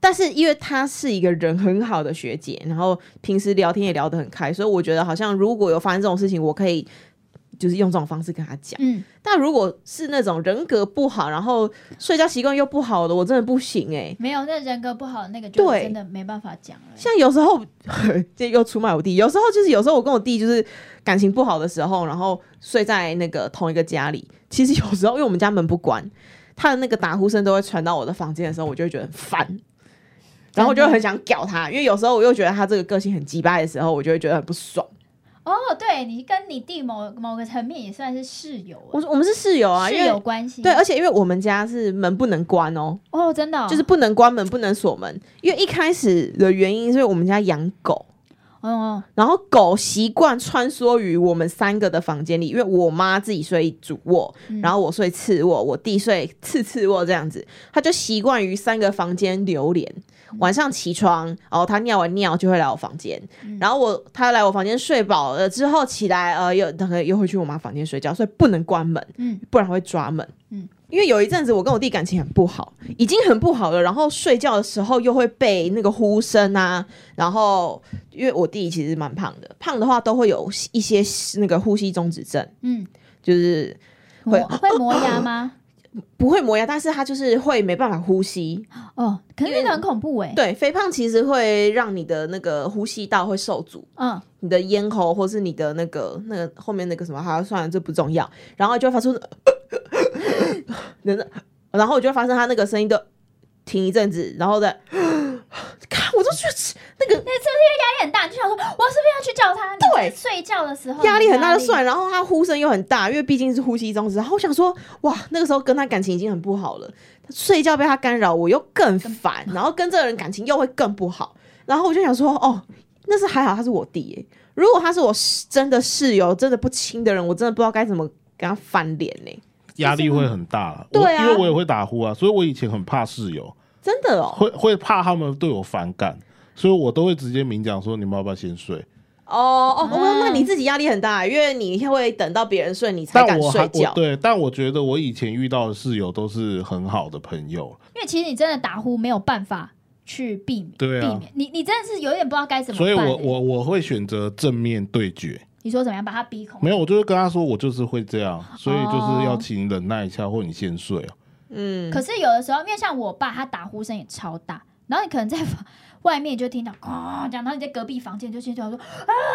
S1: 但是因为她是一个人很好的学姐，然后平时聊天也聊得很开，所以我觉得好像如果有发生这种事情，我可以就是用这种方式跟她讲。
S2: 嗯，
S1: 但如果是那种人格不好，然后睡觉习惯又不好的，我真的不行哎、
S2: 没有，那人格不好，那个就
S1: 对
S2: 真的没办法讲了。
S1: 像有时候， 这又出卖我弟。有时候就是有时候我跟我弟就是感情不好的时候，然后睡在那个同一个家里。其实有时候因为我们家门不关，他的那个打呼声都会传到我的房间的时候，我就会觉得很烦。然后我就很想屌他，因为有时候我又觉得他这个个性很鸡掰的时候，我就会觉得很不爽。
S2: 哦，对你跟你弟某某个层面也算是室友
S1: 我
S2: 欸，
S1: 说我们是室友啊，因
S2: 室友
S1: 为
S2: 关系。
S1: 对，而且因为我们家是门不能关哦，
S2: 哦，真的哦
S1: 就是不能关门，不能锁门。因为一开始的原因，所以我们家养狗，
S2: 嗯，
S1: 然后狗习惯穿梭于我们三个的房间里，因为我妈自己睡主卧，
S2: 嗯
S1: 然后我睡次卧，我弟睡次次卧这样子，它就习惯于三个房间流连。
S2: 嗯
S1: 晚上起床，然后它尿完尿就会来我房间，
S2: 嗯
S1: 然后我它来我房间睡饱了之后起来，呃，又那个又会去我妈房间睡觉，所以不能关门，
S2: 嗯
S1: 不然会抓门。
S2: 嗯
S1: 因为有一阵子我跟我弟感情很不好，已经很不好了，然后睡觉的时候又会被那个呼声啊，然后因为我弟其实蛮胖的，胖的话都会有一些那个呼吸中止症，
S2: 嗯，
S1: 就是
S2: 磨
S1: 会啊
S2: 会磨 牙吗？
S1: 不会磨牙，但是他就是会没办法呼吸。
S2: 哦，可是那个很恐怖哎。，
S1: 对，肥胖其实会让你的那个呼吸道会受阻，
S2: 嗯，
S1: 你的咽喉或是你的那个那个后面那个什么，好，算了，这不重要，然后就会发出， 那个然后我就会发生他那个声音的停一阵子，然后再， 看我都觉得那个
S2: 压力很大，你就想说，我是不是要去叫他？
S1: 对
S2: 你就是睡觉的时候
S1: 嗯压力很大就
S2: 你
S1: 算，然后他呼声又很大，因为毕竟是呼吸中止。然后我想说，哇，那个时候跟他感情已经很不好了，睡觉被他干扰，我又更 烦，然后跟这个人感情又会更不好。然后我就想说，哦，那是还好他是我弟耶，如果他是我室真的室友，真的不亲的人，我真的不知道该怎么跟他翻脸呢。
S3: 压力会很大了。
S1: 对啊
S3: 我因为我也会打呼啊，所以我以前很怕室友，
S1: 真的哦，
S3: 会会怕他们对我反感，所以我都会直接明讲说你们要不要先睡。
S1: 哦哦，
S2: 嗯
S1: 哦那你自己压力很大，因为你会等到别人睡你才
S3: 但
S1: 敢
S3: 我还
S1: 睡
S3: 我
S1: 觉。
S3: 对，但我觉得我以前遇到的室友都是很好的朋友，
S2: 因为其实你真的打呼没有办法去避免，
S3: 对啊
S2: 避免你你真的是有点不知道该怎么
S3: 所
S2: 办
S3: 以
S2: 欸。
S3: 我我我会选择正面对决。
S2: 你说怎么样把他逼恐？
S3: 没有，我就会跟他说我就是会这样，所以就是要
S2: 哦
S3: 请你忍耐一下，或你先睡啊。
S1: 嗯，
S2: 可是有的时候，因为像我爸，他打呼声也超大，然后你可能在房外面就听到哐这样，然后你在隔壁房间就心想说啊，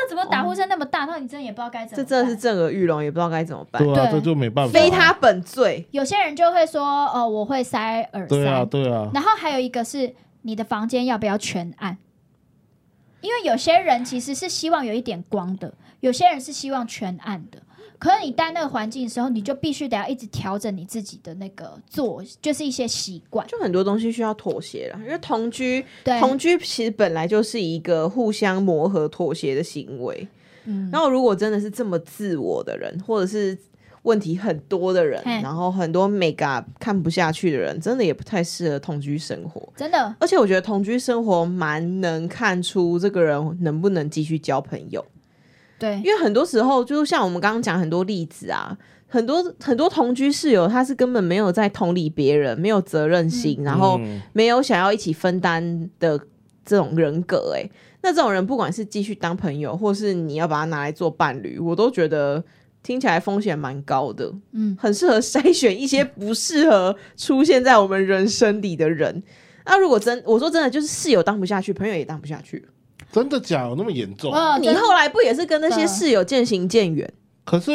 S2: 怎么
S3: 哦
S2: 打呼声那么大？然后你真的也不知道该怎
S1: 这
S2: 么办。
S1: 真的是震耳欲聋，也不知道该怎么办，
S3: 对啊，
S2: 对
S3: 这就没办法啊。
S1: 非他本罪。
S2: 有些人就会说，哦、我会塞耳塞。
S3: 对啊，对啊，
S2: 然后还有一个是你的房间要不要全暗？因为有些人其实是希望有一点光的，有些人是希望全暗的。可是你待那个环境的时候，你就必须得要一直调整你自己的那个做，就是一些习惯。
S1: 就很多东西需要妥协了，因为同居，
S2: 嗯对，啊
S1: 同居其实本来就是一个互相磨合、妥协的行为。
S2: 嗯
S1: 然后如果真的是这么自我的人，或者是问题很多的人，
S2: 嘿
S1: 然后很多 make up 看不下去的人，真的也不太适合同居生活。
S2: 真的，
S1: 而且我觉得同居生活蛮能看出这个人能不能继续交朋友。
S2: 对，
S1: 因为很多时候，就像我们刚刚讲很多例子啊，很多很多同居室友，他是根本没有在同理别人，没有责任心，然后
S3: 嗯
S1: 没有想要一起分担的这种人格、欸。那这种人不管是继续当朋友，或是你要把他拿来做伴侣，我都觉得听起来风险蛮高的。
S2: 嗯，
S1: 很适合筛选一些不适合出现在我们人生里的人。那、如果真我说真的，就是室友当不下去，朋友也当不下去。
S3: 真的假有那么严重？
S2: 哦
S1: 你
S2: 真的
S1: 后来不也是跟那些
S2: 的
S1: 室友渐行渐远？
S3: 可是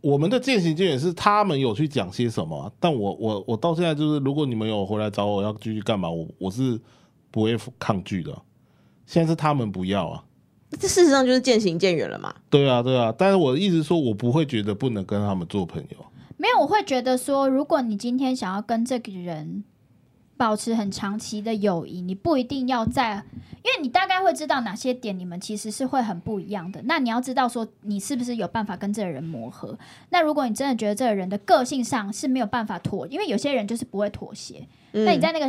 S3: 我们的践行经也是他们有去讲些什么啊、但我我我到现在就是，如果你们有回来找我要继续干嘛，我我是不会抗拒的。啊现在是他们不要啊，
S1: 这事实上就是渐行渐远了嘛。
S3: 对啊对啊，但是我一直说我不会觉得不能跟他们做朋 友，啊
S2: 没有，我会觉得说，如果你今天想要跟这个人保持很长期的友谊，你不一定要在，因为你大概会知道哪些点你们其实是会很不一样的。那你要知道说，你是不是有办法跟这个人磨合？那如果你真的觉得这个人的个性上是没有办法妥，因为有些人就是不会妥协，
S1: 嗯
S2: 那你在那个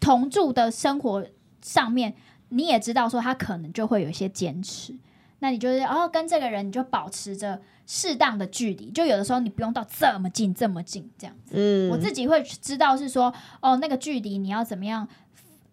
S2: 同住的生活上面，你也知道说他可能就会有一些坚持，那你就是哦跟这个人你就保持着适当的距离，就有的时候你不用到这么近这么近这样子。
S1: 嗯
S2: 我自己会知道是说哦那个距离你要怎么样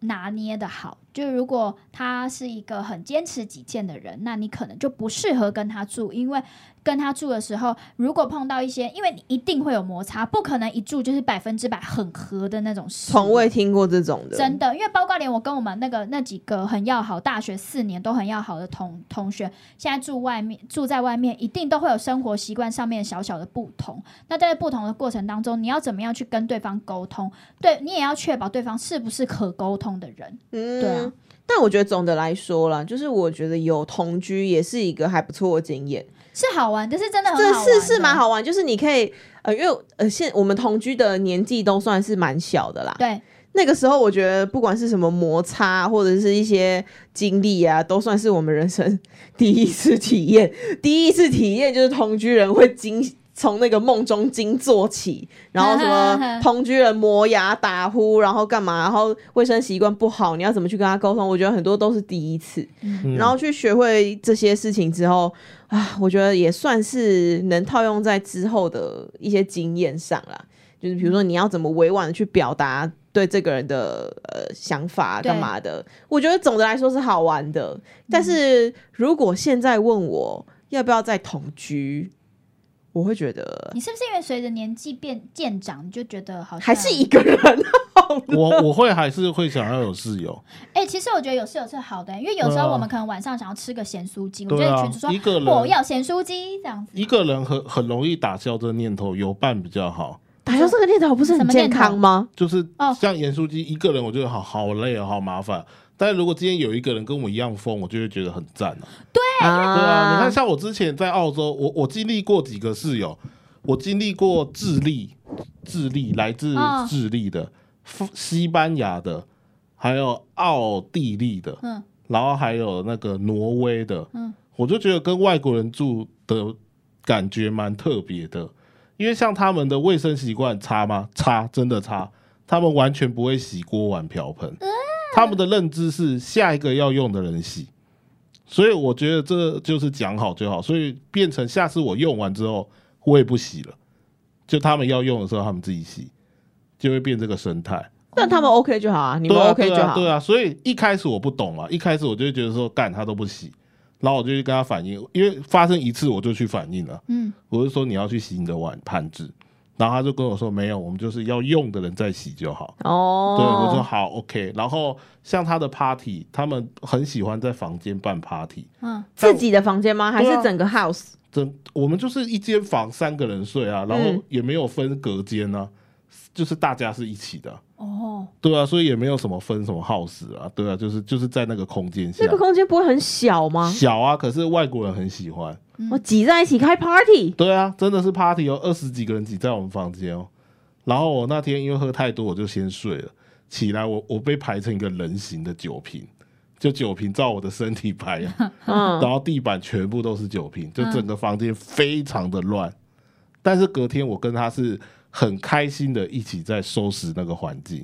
S2: 拿捏的好，就如果他是一个很坚持己见的人，那你可能就不适合跟他住，因为跟他住的时候，如果碰到一些，因为你一定会有摩擦，不可能一住就是百分之百很合的那种事。
S1: 从未听过这种的，
S2: 真的，因为包括连我跟我们那个那几个很要好，大学四年都很要好的同同学，现在住外面住在外面，一定都会有生活习惯上面小小的不同。那在不同的过程当中，你要怎么样去跟对方沟通？对你也要确保对方是不是可沟通的人。
S1: 嗯
S2: 对啊。
S1: 但我觉得总的来说啦，就是我觉得有同居也是一个还不错的经验，
S2: 是好玩，这是真的很
S1: 这
S2: 好玩
S1: 是是蛮
S2: 的。
S1: 好玩，就是你可以呃，因为呃现我们同居的年纪都算是蛮小的啦，
S2: 对，
S1: 那个时候我觉得不管是什么摩擦或者是一些经历啊，都算是我们人生 第一次体验。第一次体验就是同居人会惊。从那个梦中惊坐起，然后什么 同居人磨牙打呼，然后干嘛，然后卫生习惯不好，你要怎么去跟他沟通？我觉得很多都是第一次，
S3: 嗯
S1: 然后去学会这些事情之后啊，我觉得也算是能套用在之后的一些经验上啦。就是比如
S3: 嗯
S1: 说你要怎么委婉的去表达对这个人的呃想法
S2: 对
S1: 干嘛的，我觉得总的来说是好玩的。
S3: 嗯
S1: 但是如果现在问我要不要再同居，我会觉得
S2: 你是不是因为随着年纪变渐长，你就觉得好像
S1: 还是一个 人好了。
S3: 我我会还是会想要有室 友，
S2: 哎、其实我觉得有室友是好的、因为有时
S3: 对啊
S1: 嗯
S2: 候我们可能晚上想要吃个咸酥鸡，我就
S3: 对
S2: 会
S3: 啊
S2: 群主说、
S3: 一个人
S2: 我要咸酥鸡这样子。
S3: 一个人很很容易打消这念头，有伴比较好。
S1: 打消这个念头不是
S2: 什
S1: 很
S2: 么
S1: 健
S2: 念头
S1: 康吗？
S3: 就是
S2: 哦
S3: 像严书记一个人，我觉得好好累哦，好麻烦。但如果今天有一个人跟我一样疯，我就会觉得很赞、啊、
S1: 啊
S3: 对啊，你看，像我之前在澳洲，我我经历过几个室友，我经历过智利，智利来自
S2: 嗯
S3: 智利的、西西班牙的，还有奥地利的，
S2: 嗯，
S3: 然后还有那个挪威的，
S2: 嗯
S3: 我就觉得跟外国人住的感觉蛮特别的，因为像他们的卫生习惯差吗？差，真的差，他们完全不会洗锅碗瓢盆，他们的认知是下一个要用的人洗，所以我觉得这就是讲好就好，所以变成下次我用完之后我也不洗了，就他们要用的时候他们自己洗，就会变这个生态。
S1: 但他们 OK 就好啊，你们
S3: 嗯对啊
S1: OK
S3: 对
S1: 就
S3: 啊
S1: 好。
S3: 对啊，所以一开始我不懂啊，一开始我就会觉得说干他都不洗，然后我就去跟他反映，因为发生一次我就去反映了，
S2: 嗯，
S3: 我就说你要去洗你的碗盘子，然后他就跟我说没有，我们就是要用的人再洗就好。
S1: 哦，
S3: 对，我说好，OK。然后像他的 party，他们很喜欢在房间办 party，
S2: 嗯，
S1: 自己的房间吗？还
S3: 对
S1: 是
S3: 啊
S1: 整个 house？
S3: 整我们就是一间房三个人睡啊，然
S1: 嗯
S3: 后也没有分隔间啊，就是大家是一起的，
S2: 哦，
S3: 对啊，所以也没有什么分什么耗时啊，对啊，就是就是在那个空间下
S1: 那，个空间不会很小吗？
S3: 小啊，可是外国人很喜欢，
S1: 我挤在一起开 party，
S3: 对啊，真的是 party 哦，二十几个人挤在我们房间哦。然后我那天因为喝太多，我就先睡了，起来我我被排成一个人形的酒瓶，就酒瓶照我的身体排啊，
S1: 嗯，
S3: 然后地板全部都是酒瓶，就整个房间非常的乱。但是隔天我跟他是很开心的，一起在收拾那个环境。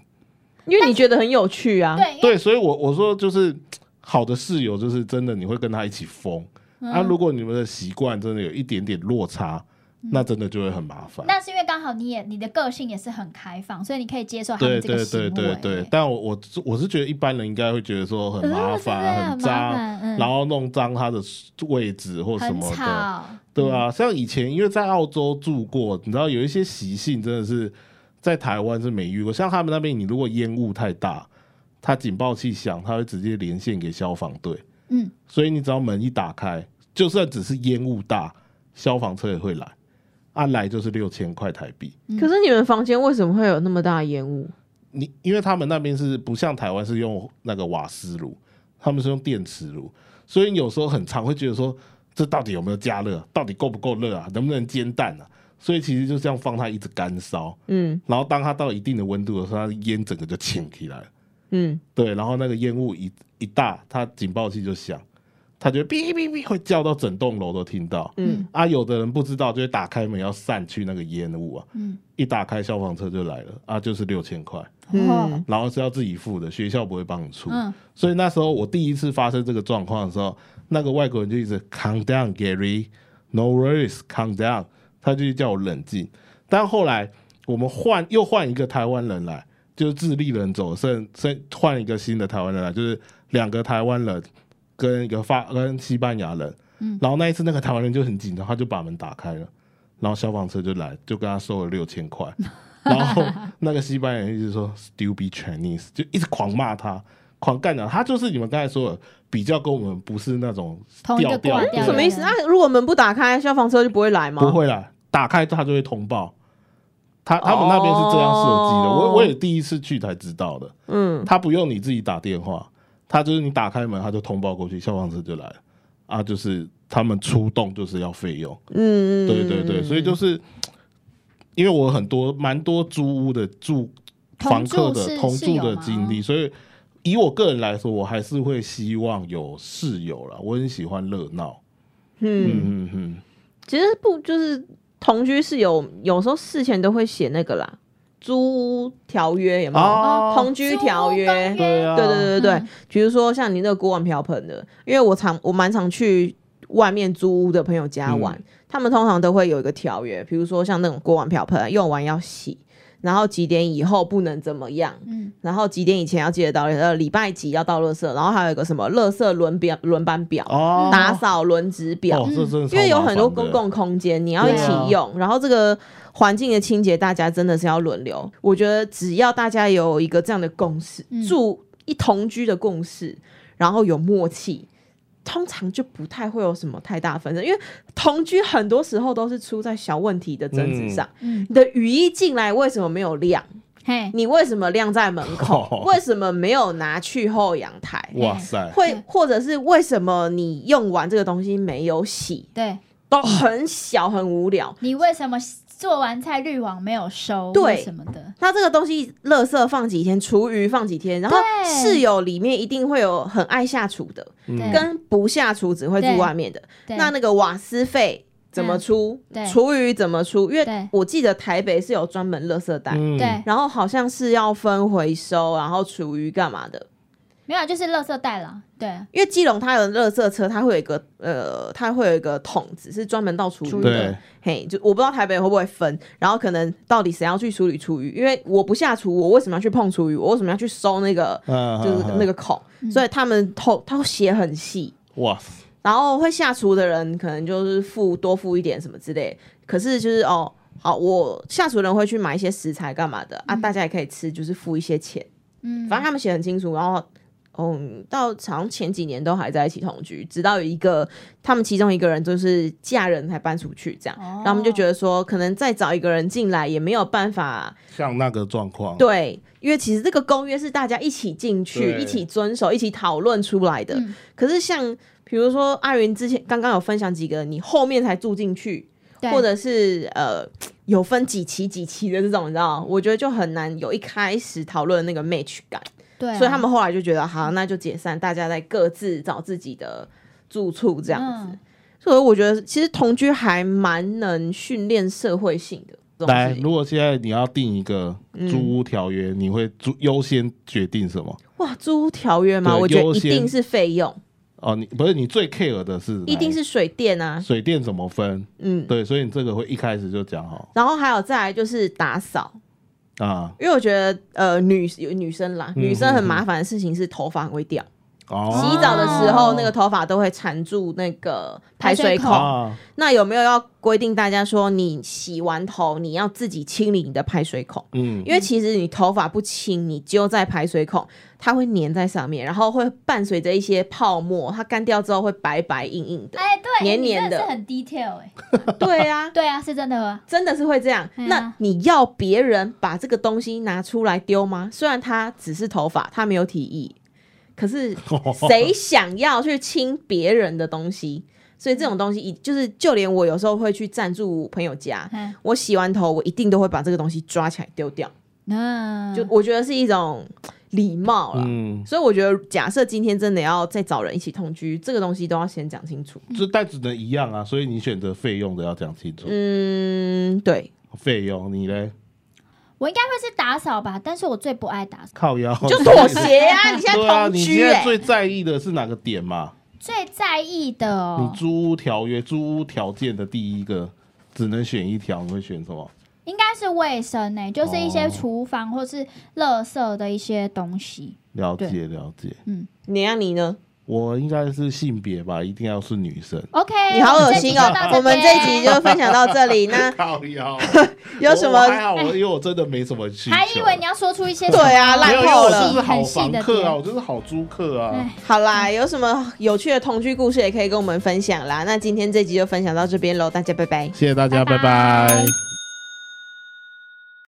S1: 因为你觉得很有趣啊。
S2: 对，因为
S3: 对，所以我我说就是好的室友，就是真的你会跟他一起疯。
S2: 嗯
S3: 啊，如果你们的习惯真的有一点点落差，那真的就会很麻烦。
S2: 嗯那是因为刚好你也你的个性也是很开放，所以你可以接受他
S3: 对
S2: 们这个
S3: 对
S2: 行为。
S3: 对对对，但我我我是觉得一般人应该会觉得说很麻烦、
S2: 呃
S3: 很
S2: 对对很麻
S3: 脏，
S2: 烦嗯
S3: 然后弄脏他的位置或什
S2: 很
S3: 么的。
S2: 吵，
S3: 对啊，像以前因为在澳洲住过，你知道有一些习性真的是在台湾是没遇过。像他们那边，你如果烟雾太大，它警报器响，它会直接连线给消防队，
S2: 嗯，
S3: 所以你只要门一打开，就算只是烟雾大，消防车也会来，按、来就是六千块台币。
S1: 可是你们房间为什么会有那么大的烟雾？
S3: 你因为他们那边是不像台湾是用那个瓦斯炉，他们是用电磁炉，所以你有时候很常会觉得说，这到底有没有加热？到底够不够热啊？能不能煎蛋啊？所以其实就这样放它一直干烧，
S1: 嗯
S3: 然后当它到一定的温度的时候，它的烟整个就沁起来了。
S1: 嗯，
S3: 对，然后那个烟雾一一大，它警报器就响，它就哔哔哔会叫到整栋楼都听到。
S1: 嗯
S3: 嗯，啊，有的人不知道，就会打开门要散去那个烟雾啊。嗯，一打开消防车就来了，啊，就是六千块。
S1: 嗯
S3: 然后是要自己付的，学校不会帮你出。
S2: 哦嗯
S3: 所以那时候我第一次发生这个状况的时候，那个外国人就一直 calm down Gary，no worries，calm down，他就叫我冷静。但后来我们换又换一个台湾人来，就是智利人走，剩剩换一个新的台湾人来，就是两个台湾人跟一个法跟西班牙人。嗯，然后那一次那个台湾人就很紧张，他就把门打开了，然后消防车就来，就跟他收了六千 块。然后那个西班牙人一直说 “stupid Chinese”，就一直狂骂他，狂干掉他。就是你们刚才说的，比较跟我们不是那种
S2: 同一个
S3: 调调
S2: 挂调
S3: 对
S1: 什么意思？那、如果门不打开，消防车就不会来吗？
S3: 不，会啦，打开他就会通报。他他们那边是这样设计的，
S1: 哦
S3: 我我也第一次去才知道的。
S1: 嗯，
S3: 他不用你自己打电话，他就是你打开门，他就通报过去，消防车就来了。啊，就是他们出动就是要费用。
S1: 嗯
S2: 嗯
S3: 嗯，对对对，所以就是因为我很多蛮多租屋的住房客
S2: 同住
S3: 的
S2: 是
S3: 同
S2: 室
S3: 住
S2: 友
S3: 的
S2: 吗
S3: 经历，所以以我个人来说，我还是会希望有室友啦，我很喜欢热闹。
S1: 嗯，
S3: 嗯嗯嗯，
S1: 其实不就是同居室友，有时候事前都会写那个啦，租屋条约有没有？
S3: 哦
S1: 同居条约，
S2: 租公
S3: 对啊，
S1: 对对对对对，
S2: 嗯
S1: 比如说像你那个锅碗瓢盆的，因为我常我蛮常去外面租屋的朋友家玩，
S3: 嗯
S1: 他们通常都会有一个条约，比如说像那种锅碗瓢盆用完要洗，然后几点以后不能怎么样。
S2: 嗯，
S1: 然后几点以前要记得到，呃，礼拜几要到垃圾，然后还有一个什么垃圾轮表、轮班表、
S3: 哦，
S1: 打扫轮值表，
S3: 哦，这真的
S1: 嗯
S3: 超
S1: 因为有
S3: 麻
S1: 很多
S3: 烦的
S1: 公共空间，你要一起
S3: 对啊
S1: 用，然后这个环境的清洁，大家真的是要轮流。我觉得只要大家有一个这样的共识，
S2: 嗯
S1: 住一同居的共识，然后有默契。通常就不太会有什么太大纷争，因为同居很多时候都是出在小问题的争执上。
S2: 嗯，
S1: 你的雨衣进来为什么没有晾？
S2: 嘿，
S1: 你为什么晾在门口？
S3: 哦
S1: 为什么没有拿去后阳台？
S3: 哇塞，
S1: 会
S2: 嗯
S1: 或者是为什么你用完这个东西没有洗？
S2: 对
S1: 都很小很无聊。
S2: 你为什么做完菜滤网没有收？
S1: 对
S2: 为什么的？
S1: 它这个东西，垃圾放几天，厨余放几天，然后
S2: 对
S1: 室友里面一定会有很爱下厨的，
S3: 嗯
S2: 对
S1: 跟不下厨只会住
S2: 对
S1: 外面的。
S2: 对
S1: 那那个瓦斯费怎么出
S2: 嗯对？
S1: 厨余怎么出？因为
S2: 对
S1: 我记得台北是有专门垃圾袋，
S3: 嗯
S2: 对，
S1: 然后好像是要分回收，然后厨余干嘛的。
S2: 没有啊，就是垃圾袋啦。对，
S1: 因为基隆它有垃圾车，它会有一个呃，它会有一个桶子是专门倒厨余的
S3: 对。
S1: 嘿，就我不知道台北会不会分，然后可能到底谁要去处理厨余，因为我不下厨，我为什么要去碰厨余？我为什么要去收那个
S3: 嗯
S1: 就是
S3: 嗯嗯
S1: 那个孔？所以他们透他会写很细，
S3: 嗯哇，
S1: 然后会下厨的人可能就是付多付一点什么之类，可是就是哦。好，我下厨的人会去买一些食材干嘛的啊？大家也可以吃，就是付一些钱。
S2: 嗯，
S1: 反正他们写很清楚，然后。嗯，到好像前几年都还在一起同居，直到有一个他们其中一个人就是嫁人才搬出去，这样，
S2: 哦
S1: 然后他们就觉得说，可能再找一个人进来也没有办法，
S3: 像那个状况，
S1: 对，因为其实这个公约是大家一起进去、
S3: 对
S1: 一起遵守、一起讨论出来的。
S2: 嗯
S1: 可是像比如说阿云之前刚刚有分享几个，你后面才住进去，
S2: 对
S1: 或者是呃有分几期几期的这种，你知道吗，我觉得就很难有一开始讨论那个 match 感。
S2: 对啊，
S1: 所以他们后来就觉得，好，那就解散，大家再各自找自己的住处这样子。
S2: 嗯
S1: 所以我觉得，其实同居还蛮能训练社会性的这种
S3: 来，
S1: 事情。
S3: 如果现在你要定一个租屋条约，你会租优先决定什么？
S1: 哇，租屋条约嘛，
S3: 对
S1: 我觉得
S3: 优
S1: 一
S3: 先
S1: 定是费用，
S3: 哦，你不是你最 care 的是哪
S1: 一定是水电啊，
S3: 水电怎么分？
S1: 嗯，
S3: 对，所以你这个会一开始就讲好
S1: 然后还有再来就是打扫，
S3: 啊。
S1: 因为我觉得呃女有女生啦，
S3: 嗯
S1: 女生很麻烦的事情是头发很会掉，
S3: 哦，
S1: 洗澡的时候那个头发都会缠住那个排水
S2: 排水
S1: 口
S2: 口，
S3: 啊，
S1: 那有没有要规定大家说，你洗完头你要自己清理你的排水孔？
S3: 嗯，
S1: 因为其实你头发不清，你揪在排水孔，它会粘在上面，然后会伴随着一些泡沫，它干掉之后会白白硬硬 的。
S2: 哎，对，
S1: 黏
S2: 你真
S1: 黏的
S2: 是很 detail 哎。
S1: 对啊，
S2: 对啊，是真的。
S1: 真的是会这样。
S2: 对啊
S1: 那你要别人把这个东西拿出来丢吗？虽然它只是头发，它没有体液，可是谁想要去清别人的东西？所以这种东西，一就是就连我有时候会去赞助朋友家，
S2: 嗯，
S1: 我洗完头，我一定都会把这个东西抓起来丢掉。
S2: 那
S1: 就我觉得是一种礼貌啦。
S3: 嗯，
S1: 所以我觉得，假设今天真的要再找人一起同居，这个东西都要先讲清楚。
S3: 这但只能一样啊，所以你选择费用的要讲清楚。
S1: 嗯，对，
S3: 费用你嘞，
S2: 我应该会是打扫吧，但是我最不爱打扫，
S3: 靠腰
S1: 就妥协啊！你现在
S3: 对啊，
S1: 同
S3: 你
S1: 居、
S3: 现
S1: 欸，
S3: 在最在意的是哪个点嘛？
S2: 最在意的
S3: 你
S2: 哦，
S3: 租屋条约、租屋条件的第一个，只能选一条，你会选什么？
S2: 应该是卫生呢、就是一些
S3: 哦
S2: 厨房或是垃圾的一些东西。
S3: 了解了解，
S1: 你让你呢？
S3: 我应该是性别吧，一定要是女生。
S2: OK，
S1: 你好
S2: 我
S1: 恶
S2: 们这集
S1: 心
S2: 就
S1: 哦
S2: 到！
S1: 我们这一
S2: 边
S1: 集就分享到这里。那
S3: 靠腰，
S1: 啊有什
S3: 我
S1: 么
S3: 我？还好，我因为我真的没什么需求。
S2: 还以为你要说出一些
S1: 对啊
S3: 没
S1: 烂
S3: 有，因为
S1: 透
S3: 我
S1: 了
S3: 就是好
S2: 很细
S3: 房
S2: 的
S3: 客啊，
S2: 点。
S3: 我就是好租客啊
S2: 哎。
S1: 好啦，有什么有趣的同居故事也可以跟我们分享啦。那今天这集就分享到这边喽，大家拜拜。
S3: 谢谢大家，
S2: 拜拜
S3: 拜拜